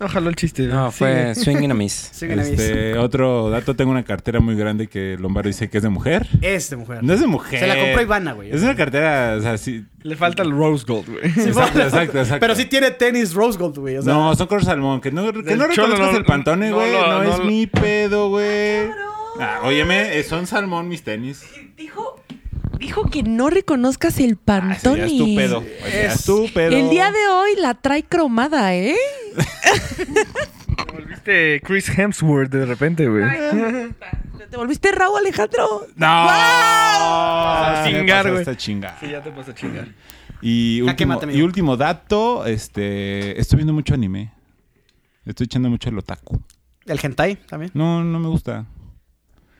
S5: No jaló el chiste.
S3: No, fue (laughs) swing and a miss.
S1: Siguen a mí.
S2: Este, otro dato, tengo una cartera muy grande que Lombardo dice que es de mujer.
S1: Es de Este, mujer.
S2: No es de mujer.
S1: Se la compró Ivana, güey.
S2: Es una cartera, o
S1: (laughs)
S2: sea, sí.
S5: Le falta el rose gold, güey.
S2: Exacto, exacto, exacto.
S1: Pero sí tiene tenis rose gold, güey. O sea,
S2: no, son color salmón. Que no, que
S5: Del
S2: no
S5: Cholo,
S2: reconozcas
S5: no,
S2: el pantone,
S5: no
S2: güey.
S5: lo-
S2: No,
S5: no
S2: es
S5: lo-
S2: mi pedo, güey. Ah, óyeme, eh, son salmón mis tenis.
S4: Dijo, dijo que no reconozcas el
S2: Ah, eso
S4: pantone.
S2: ya es tu pedo. Eso ya
S1: Es-
S2: es tu pedo.
S4: El día de hoy la trae cromada, ¿eh?
S5: Te volviste Chris Hemsworth de repente, güey.
S4: Te volviste Raúl Alejandro.
S2: ¡No!
S5: a chingar,
S2: Me pasó
S5: güey.
S2: Esta chinga.
S5: Sí, ya te vas a chingar.
S2: Y
S1: Jaque
S2: último,
S1: mate, amigo.
S2: y último dato, este, estoy viendo mucho anime. Estoy echando mucho el otaku.
S1: El hentai también.
S2: No, no me gusta.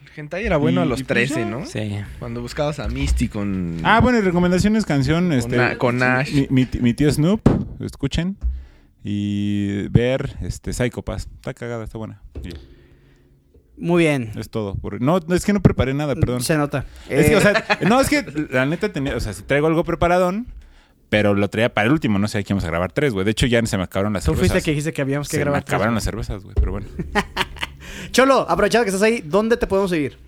S5: El hentai era bueno
S2: Y-
S5: a
S2: y
S5: los
S2: pues
S5: 13,
S2: ya.
S5: ¿no?
S3: Sí.
S5: Cuando buscabas a Misty con...
S2: Ah, bueno, y recomendaciones, canción, este,
S5: Na- con Ash.
S2: Mi, mi ti- mi tío Snoop, escuchen. Y ver, este, Psycho Pass. Está cagada, está buena. Y
S1: Muy bien.
S2: es todo. por- No, es que no preparé nada, perdón.
S1: Se nota.
S2: Es
S1: Eh, (laughs)
S2: que, o sea, (laughs) no, es que la neta tenía, o sea, si traigo algo preparadón, pero lo traía para el último, no sé, aquí vamos a grabar tres, güey. De hecho, ya se me acabaron las
S1: Tú
S2: cervezas.
S1: fuiste que dijiste que habíamos que
S2: se me
S1: grabar.
S2: acabaron las cervezas, güey, pero bueno.
S1: Cholo, aprovechado que estás ahí, ¿dónde te podemos seguir?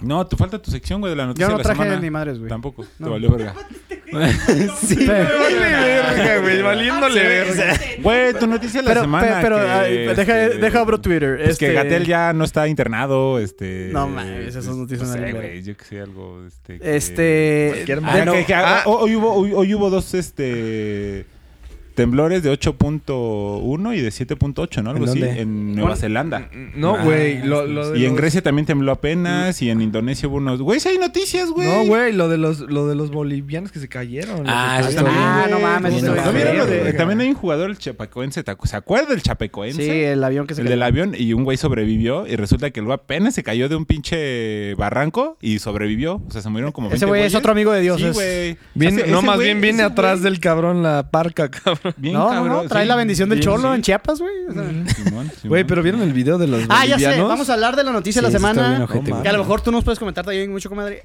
S2: No, te falta tu sección, güey, de la noticia
S1: Yo no
S2: de la
S1: traje
S2: semana.
S1: ni madres, güey.
S2: Tampoco,
S1: No.
S2: te valió
S5: (laughs)
S2: verga.
S1: Sí,
S5: Vale verga, güey. Valiéndole verga.
S2: Güey, tu noticia de la
S1: Pero,
S2: semana.
S1: pe- pero,
S2: que,
S1: ay, deja- deja abro Twitter,
S2: pues
S1: este-
S2: que Gatel ya no está internado, este.
S1: No mames, esas
S2: pues,
S1: noticias
S2: no
S1: no
S2: sé,
S1: valen
S2: güey,
S1: verga.
S2: yo que sé algo, este. que-
S1: Este.
S5: Cualquier
S1: de-
S2: Ah,
S5: madre.
S1: no,
S2: que- que-
S5: Ah.
S2: ho- Hoy, hubo, hoy, hoy hubo dos, este. Temblores de 8.1 y de 7.8, ¿no? Algo
S3: ¿En
S2: así.
S3: dónde?
S2: En Nueva Zelanda.
S5: Mm, No, güey. Lo, lo de
S2: Y en
S5: los-
S2: Grecia también tembló apenas. Y en Indonesia hubo unos. Güey, si hay noticias, güey.
S5: No, güey. Lo de los, lo de los bolivianos que se cayeron.
S3: Ah,
S5: los
S3: eso
S5: estadios.
S1: Ah,
S2: güey.
S1: no mames,
S2: ¿No
S5: eso está
S2: vieron lo de-
S5: verga.
S2: También hay un jugador, el chapecoense. ¿te acu- ¿Se acuerda del chapecoense?
S1: sí, el avión que se
S2: el
S1: cayó.
S2: del avión y un güey sobrevivió y resulta que el güey apenas se cayó de un pinche barranco y sobrevivió. O sea, se murieron como 20
S1: Ese güey es
S2: güeyes.
S1: otro amigo de Dios.
S2: Sí,
S1: es-
S2: güey.
S5: Viene-
S2: Ese-
S5: no,
S2: ese
S5: más
S2: güey-
S5: bien viene
S2: ese
S5: atrás
S2: güey-
S5: del cabrón la parca, (laughs) cabrón.
S2: Bien
S1: no, no,
S2: cabrón,
S1: no, trae
S2: sí.
S1: la bendición del
S2: Sí,
S1: cholo
S2: sí.
S1: en Chiapas, güey. O sea,
S2: Simón, Simón.
S5: Güey, pero ¿vieron el video de los
S1: Ah, ya sé,
S5: bolivianos?
S1: vamos a hablar de la noticia de
S3: Sí,
S1: la
S3: eso está bien
S1: semana.
S3: ojete,
S5: No
S3: güey.
S1: Que a lo mejor tú nos puedes comentar también mucho, comadre.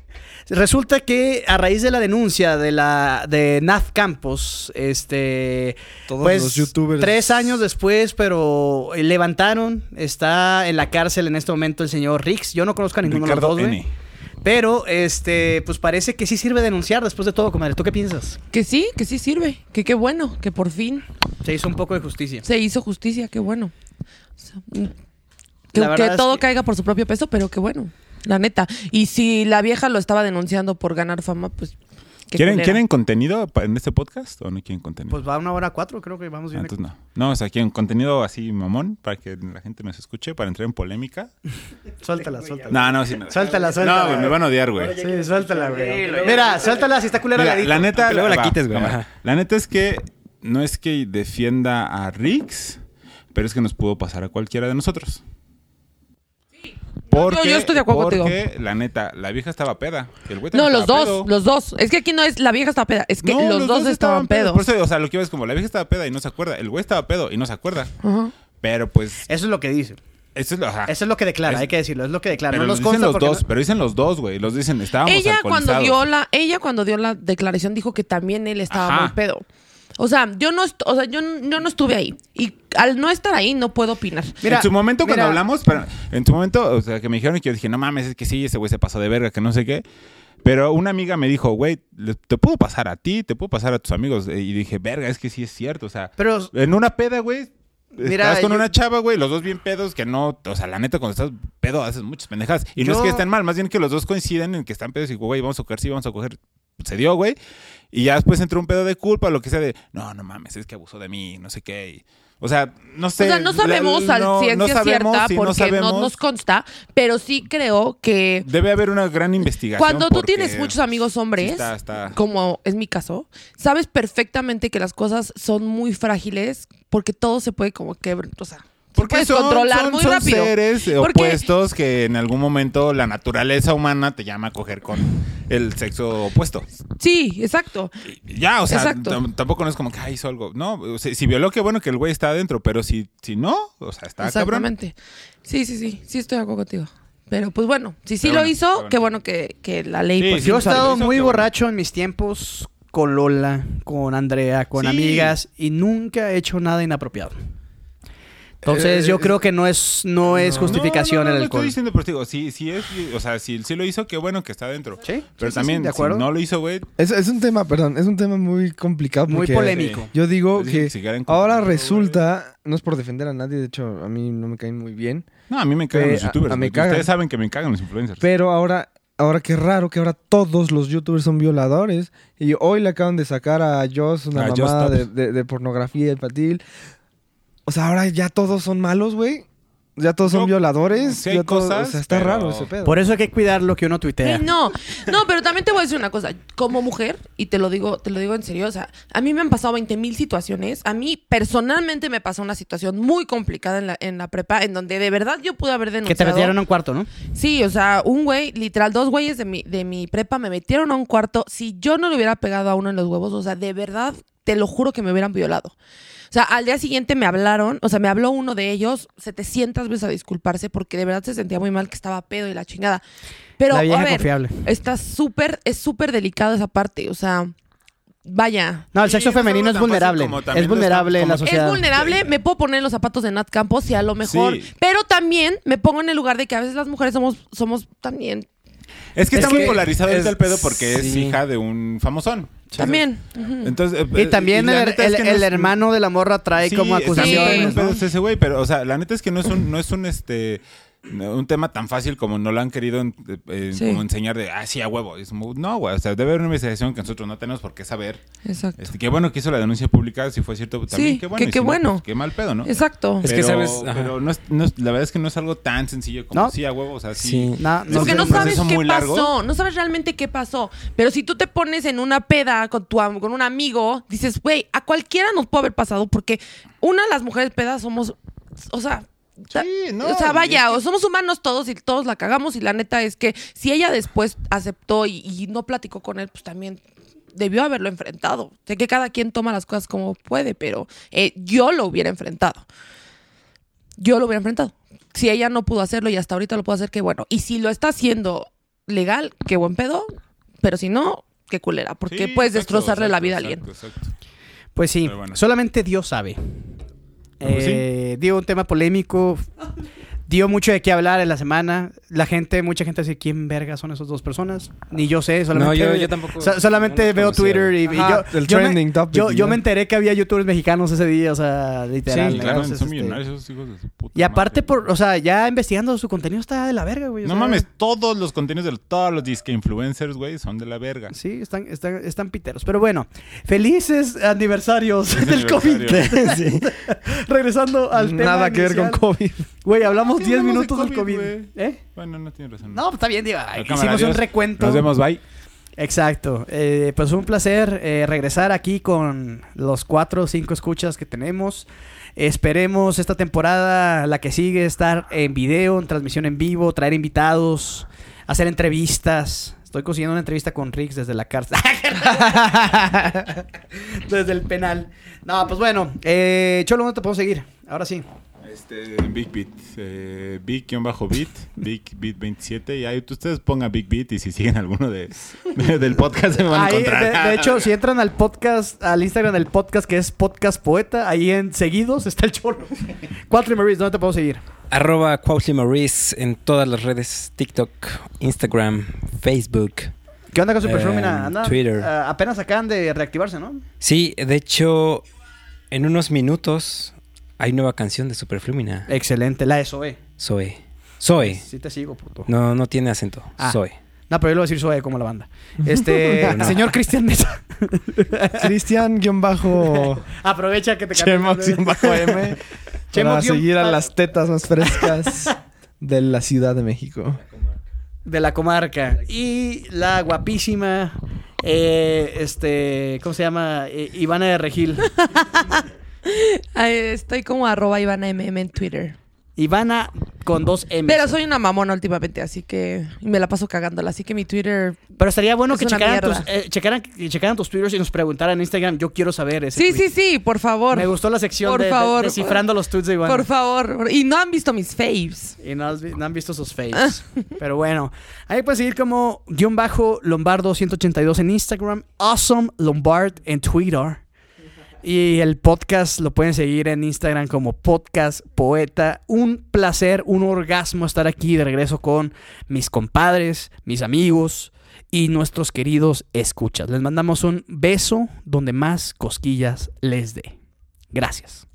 S1: Resulta que a raíz de la denuncia de la de Naz Campos, este,
S5: Todos
S1: pues
S5: los youtubers.
S1: tres años después, pero levantaron, está en la cárcel en este momento el señor Rix. Yo no conozco a ninguno
S2: Ricardo
S1: de los dos,
S2: N.
S1: güey. Pero, este, pues parece que sí sirve denunciar después de todo, comadre. ¿Tú qué piensas?
S4: Que sí, que sí sirve. Que qué bueno, que por fin
S1: Se hizo un poco de justicia.
S4: se hizo justicia, qué bueno. O sea, mm, Que,
S1: La verdad
S4: que
S1: es
S4: todo
S1: que-
S4: caiga por su propio peso, pero qué bueno, la neta. Y si la vieja lo estaba denunciando por ganar fama, pues... qué
S2: ¿Quieren,
S4: culera.
S2: ¿Quieren contenido pa- en este podcast o no quieren contenido?
S1: Pues va una hora cuatro, creo que vamos
S2: Ah,
S1: bien.
S2: entonces no. No, o sea, quieren contenido así mamón para que la gente nos escuche, para entrar en polémica.
S1: Suéltala, suéltala.
S2: No, no, sí. No.
S1: Suéltala,
S2: No,
S1: suéltala.
S2: güey, me van a odiar, güey.
S1: Sí, suéltala, güey. Mira, suéltala si está culera
S2: Pues. Mira,
S1: la edito.
S2: la neta,
S3: Luego la
S2: va,
S3: quites, güey.
S2: cámara.
S3: Ajá.
S2: La neta es que no es que defienda a Rix, pero es que nos pudo pasar a cualquiera de nosotros. Porque,
S4: yo- yo estoy de acuerdo
S2: porque,
S4: contigo.
S2: la neta, la vieja estaba peda. El güey
S4: No,
S2: también
S4: los
S2: estaba
S4: dos,
S2: pedo.
S4: los dos. Es que aquí no es la vieja estaba peda, es que
S2: No,
S4: los, dos, estaban pedos.
S2: Por eso, o sea, lo que ves como la vieja estaba peda y no se acuerda. El güey estaba pedo y no se acuerda.
S4: Ajá.
S2: Pero pues,
S1: Eso es lo que dice.
S2: eso es lo. ajá.
S1: Eso es lo que declara,
S2: Ah. Es-
S1: hay que decirlo. Es lo que declara.
S2: pero
S1: No
S2: los
S1: nos
S2: dicen
S1: consta
S2: los
S1: porque
S2: dos,
S1: no-
S2: pero dicen los dos, güey. Los dicen, estábamos
S4: ella cuando
S2: alcoholizados.
S4: dio la ella cuando dio la declaración dijo que también él estaba
S2: Ajá.
S4: muy pedo o sea yo no est- o sea yo, n- yo no estuve ahí y al no estar ahí no puedo opinar
S1: Mira,
S2: en su momento cuando
S1: mira.
S2: hablamos, pero en su momento, o sea, que me dijeron que yo dije, no mames, es que sí, ese güey se pasó de verga, que no sé qué. Pero una amiga me dijo, güey, le- te puedo pasar a ti, te puedo pasar a tus amigos. Eh, Y dije, verga, es que sí es cierto. O sea,
S1: Pero
S2: en una peda, güey,
S1: Mira,
S2: estás con
S1: yo-
S2: una chava, güey, los dos bien pedos, que no, o sea, la neta, cuando estás pedo haces muchas pendejadas. Y no es
S1: Yo-
S2: que estén mal, más bien que los dos coinciden en que están pedos y, güey, vamos a coger, sí, vamos a coger. Se dio, güey. Y ya después entró un pedo de culpa, lo que sea de, no, no mames, es que abusó de mí, no sé qué. y- o sea, no sé.
S4: o sea no
S2: la-
S4: sabemos al
S2: no-
S4: ciencia
S2: no sabemos,
S4: cierta
S2: sí, no
S4: porque no,
S2: sabemos.
S4: nos consta pero sí creo que
S2: Debe haber una gran investigación.
S4: cuando tú
S2: porque
S4: tienes muchos amigos
S2: sí
S4: hombres
S2: está- está-
S4: como es mi caso sabes perfectamente que las cosas son muy frágiles porque todo se puede como que o sea se puedes
S2: son-
S4: controlar
S2: son-
S4: muy
S2: son
S4: rápido
S2: seres eh,
S4: Porque-
S2: opuestos que en algún momento la naturaleza humana te llama a coger con el sexo opuesto.
S4: sí exacto
S2: Ya, o sea,
S4: Exacto.
S2: tam- tampoco no es como que ah, hizo algo. No, o sea, si violó, qué bueno que el güey está adentro, pero si, si no, o sea, está cabrón.
S4: Exactamente. Sí, sí, sí. Sí estoy de acuerdo contigo. Pero pues bueno, si sí
S2: Pero
S4: lo
S2: bueno,
S4: hizo,
S2: pero bueno.
S4: qué bueno que, que la ley...
S2: Sí,
S4: pues,
S2: sí,
S1: yo he
S2: o sea, lo
S1: estado
S2: hizo,
S1: muy
S2: qué bueno.
S1: borracho en mis tiempos con Lola, con Andrea, con
S2: Sí.
S1: amigas y nunca he hecho nada inapropiado. Entonces
S5: Eh,
S1: yo creo que no es no es justificación
S2: No, no, no,
S1: el
S2: no estoy
S1: alcohol.
S2: diciendo, pero te digo, si, si es, o sea, si, si lo hizo, qué bueno que está adentro.
S1: Sí, sí,
S2: Pero
S1: sí,
S2: también,
S1: de acuerdo.
S2: si no lo hizo, güey,
S5: Es, es un tema, perdón, es un tema muy complicado.
S1: Muy
S5: porque
S1: polémico.
S5: Yo digo
S2: Pues Sí,
S5: que
S2: si quieren
S5: ahora
S2: compartirlo,
S5: resulta, no es por defender a nadie, de hecho a mí no me caen muy bien,
S2: No, a mí me cagan
S5: Pe-
S2: los
S5: a-
S2: youtubers.
S5: a me
S2: güey.
S5: cagan.
S2: Ustedes saben que me cagan los influencers.
S5: pero ahora, ahora qué raro que ahora todos los youtubers son violadores y hoy le acaban de sacar a Joss una
S2: A Joss
S5: mamada de,
S2: Tops.
S5: de- de pornografía infantil. O sea, ahora ya todos son malos, güey. Ya todos son
S2: No,
S5: violadores.
S2: sí hay
S5: ya todo-
S2: cosas,
S5: o sea, está
S2: pero-
S5: raro ese pedo.
S1: Por eso hay que cuidar lo que uno tuitea.
S4: Güey, no, no, pero también te voy a decir una cosa. Como mujer, y te lo digo, te lo digo en serio, o sea, a mí me han pasado 20 mil situaciones. A mí personalmente me pasó una situación muy complicada en la, en la prepa, en donde de verdad yo pude haber
S1: que
S4: denunciado.
S1: te metieron a un cuarto, ¿no?
S4: Sí, o sea, un güey, literal, dos güeyes de mi, de mi prepa me metieron a un cuarto. Si yo no le hubiera pegado a uno en los huevos, o sea, de verdad, te lo juro que me hubieran violado. O sea, al día siguiente me hablaron, o sea, me habló uno de ellos 700 veces a disculparse porque de verdad se sentía muy mal que estaba pedo y la chingada. Pero,
S1: la vieja
S4: a ver,
S1: confiable.
S4: está súper, es súper delicado esa parte, o sea, vaya.
S1: No, el
S2: Sí,
S1: sexo
S2: no es algo
S1: femenino es
S2: tan fácil
S1: vulnerable.
S2: como también
S1: Es vulnerable en
S2: lo
S1: la
S2: es como-
S1: sociedad.
S4: Es vulnerable, me puedo poner en los zapatos de Nat Campos y a lo mejor,
S2: Sí.
S4: pero también me pongo en el lugar de que a veces las mujeres somos, somos también
S2: es que
S3: Es
S2: está muy
S3: que
S2: polarizado
S3: es-
S2: ahorita el pedo porque es
S3: sí.
S2: hija de un famosón.
S4: También.
S2: Entonces, eh,
S1: Y también
S2: la
S1: el,
S2: neta es
S1: el-
S2: que no
S1: el
S2: es-
S1: hermano de la morra trae
S2: Sí,
S1: como
S2: está bien
S1: acusaciones.
S2: pedo
S1: ¿no?
S2: ese güey, pero, o sea, la neta es que no es un, no es un, este, un tema tan fácil como no lo han querido en- eh,
S4: Sí.
S2: como enseñar de, ah, sí, a huevo. Es muy- no, güey, o sea, debe haber una investigación que nosotros no tenemos por qué saber.
S4: Exacto.
S2: Este, qué bueno que hizo la denuncia pública, si fue cierto, también
S4: Sí,
S2: qué bueno.
S4: que-
S2: y
S4: qué
S2: si no,
S4: bueno.
S2: pues, qué mal pedo, ¿no?
S4: Es- Exacto.
S3: Es que
S2: Pero-
S3: sabes- ajá.
S2: Pero no es- no es- la verdad es que no es algo tan sencillo como
S1: No.
S2: sí, a huevo, o sea, sí.
S3: Sí.
S1: No, no
S2: Es
S4: Porque
S1: sé.
S4: no
S2: un proceso
S4: sabes qué
S2: muy largo.
S4: pasó, no sabes realmente qué pasó. Pero si tú te pones en una peda con tu am- con un amigo, dices, güey, a cualquiera nos puede haber pasado porque una las mujeres pedas somos, o sea, ta-
S2: Sí, no,
S4: o sea,
S2: y
S4: vaya,
S2: es
S4: o somos humanos todos y todos la cagamos y la neta es que si ella después aceptó y, y no platicó con él, pues también debió haberlo enfrentado. Sé que cada quien toma las cosas como puede, pero eh, yo lo hubiera enfrentado. yo lo hubiera enfrentado. Si ella no pudo hacerlo y hasta ahorita lo pudo hacer, qué bueno. Y si lo está haciendo legal, qué buen pedo. Pero si no, qué culera. Porque
S2: Sí,
S4: puedes
S2: exacto,
S4: destrozarle la
S2: exacto,
S4: vida a alguien.
S2: exacto, exacto.
S1: Pues sí,
S2: Pero bueno.
S1: solamente Dios sabe.
S2: Pues sí.
S1: Eh, Dio un tema polémico, dio mucho de qué hablar en la semana. La gente, mucha gente dice, ¿quién verga son esas dos personas? Ni yo sé, solamente...
S3: yo- yo tampoco-
S1: so- solamente
S3: no los
S1: veo
S3: conocía.
S1: Twitter y, y
S5: Ajá,
S1: yo...
S5: el
S1: yo me-
S5: trending topic,
S1: yo, yo
S5: ¿no?
S1: me enteré que había youtubers mexicanos ese día, o sea, literal.
S5: Sí,
S2: Sí, claro,
S1: Entonces,
S2: son
S1: este,
S2: millonarios esos hijos de su puta
S1: Y aparte,
S2: madre, güey.
S1: por, o sea, ya investigando su contenido está de la verga, güey. Pues, o
S2: No
S1: sea,
S2: mames, todos los contenidos de todos los disque influencers, güey, son de la verga.
S1: Sí, están, están, están piteros. Pero bueno, felices aniversarios
S2: Feliz
S1: del COVID. (laughs)
S2: aniversario.
S5: (laughs)
S2: (laughs)
S5: Sí.
S1: Regresando al tema.
S5: Nada que ver con
S1: inicial.
S5: COVID.
S1: Güey, hablamos
S2: ¿Por qué
S1: 10
S2: Ah, hablamos de
S1: minutos del COVID.
S2: COVID, güey?
S1: ¿Eh?
S2: Bueno, no tienes razón.
S1: No, pues está bien, digo, ay,
S2: La cámara,
S1: hicimos un
S2: adiós.
S1: recuento.
S2: Nos vemos, bye.
S1: Exacto. Eh, pues un placer eh, regresar aquí con los cuatro o cinco escuchas que tenemos. Esperemos esta temporada, la que sigue, estar en video, en transmisión en vivo, traer invitados, hacer entrevistas. Estoy consiguiendo una entrevista con Rix desde la cárcel. (laughs) desde el penal. No, pues bueno, eh, Cholo, no te puedo seguir? Ahora sí.
S2: Este, Big Beat, eh, Big-Beat, Big Beat 27. Y ahí ustedes pongan Big Beat y si siguen alguno de, de- del podcast se van a
S1: Ahí,
S2: encontrar.
S1: de, de
S2: (laughs)
S1: hecho, si entran al podcast, al Instagram del podcast que es Podcast Poeta, ahí en seguidos está el chorro. Cuatro Maris, ¿dónde te puedo seguir?
S3: Arroba Quautly Maurice en todas las redes: TikTok, Instagram, Facebook.
S1: ¿Qué onda con Super
S3: Eh,
S1: Frumina? Anda,
S3: Twitter.
S1: ah, apenas acaban de reactivarse, ¿no?
S3: Sí, de hecho, en unos minutos hay nueva canción de Superflumina.
S2: Eh.
S1: Excelente, la de Zoe.
S3: Zoe. Zoe.
S1: Sí te sigo, puto. No,
S3: No, no tiene acento.
S1: Ah.
S3: Zoe.
S1: pero yo le voy a decir Zoe como la
S3: (laughs)
S1: banda. Este,
S3: No.
S1: señor Cristian Mesa, (laughs)
S5: Cristian guión bajo
S1: aprovecha que te
S5: Chemo
S1: cambias de-
S5: guión (laughs) bajo M
S1: Chemo
S5: para
S1: guión
S5: seguir a
S1: bajo-
S5: las tetas más (laughs) frescas de la Ciudad de México.
S1: de la comarca. Y la guapísima, eh, este, ¿cómo se llama? Eh, Ivana de
S2: (laughs)
S1: Regil.
S4: Ay, Estoy como arroba Ivana MM en Twitter.
S1: Ivana con dos M.
S4: Pero soy una mamona últimamente, así que y me la paso cagándola. Así que mi Twitter.
S1: Pero estaría bueno
S4: Es
S1: que
S4: una
S1: checaran tus,
S4: mierda.
S1: eh, checaran, que checaran tus twitters y nos preguntaran en Instagram. Yo quiero saber ese
S4: Sí,
S1: tweet.
S4: sí, sí, por favor.
S1: Me gustó la sección
S4: Por
S1: de, de-
S4: favor.
S1: descifrando los tweets de Iván.
S4: Por favor. Y no han visto mis faves.
S1: Y no, has vi- no han visto sus faces. Pero bueno, ahí puedes seguir como guión bajo Lombardo 182 en Instagram, Awesome Lombard en Twitter. Y el podcast lo pueden seguir en Instagram como Podcast Poeta. Un placer, un orgasmo estar aquí de regreso con mis compadres, mis amigos y nuestros queridos escuchas. Les mandamos un beso donde más cosquillas les dé. Gracias.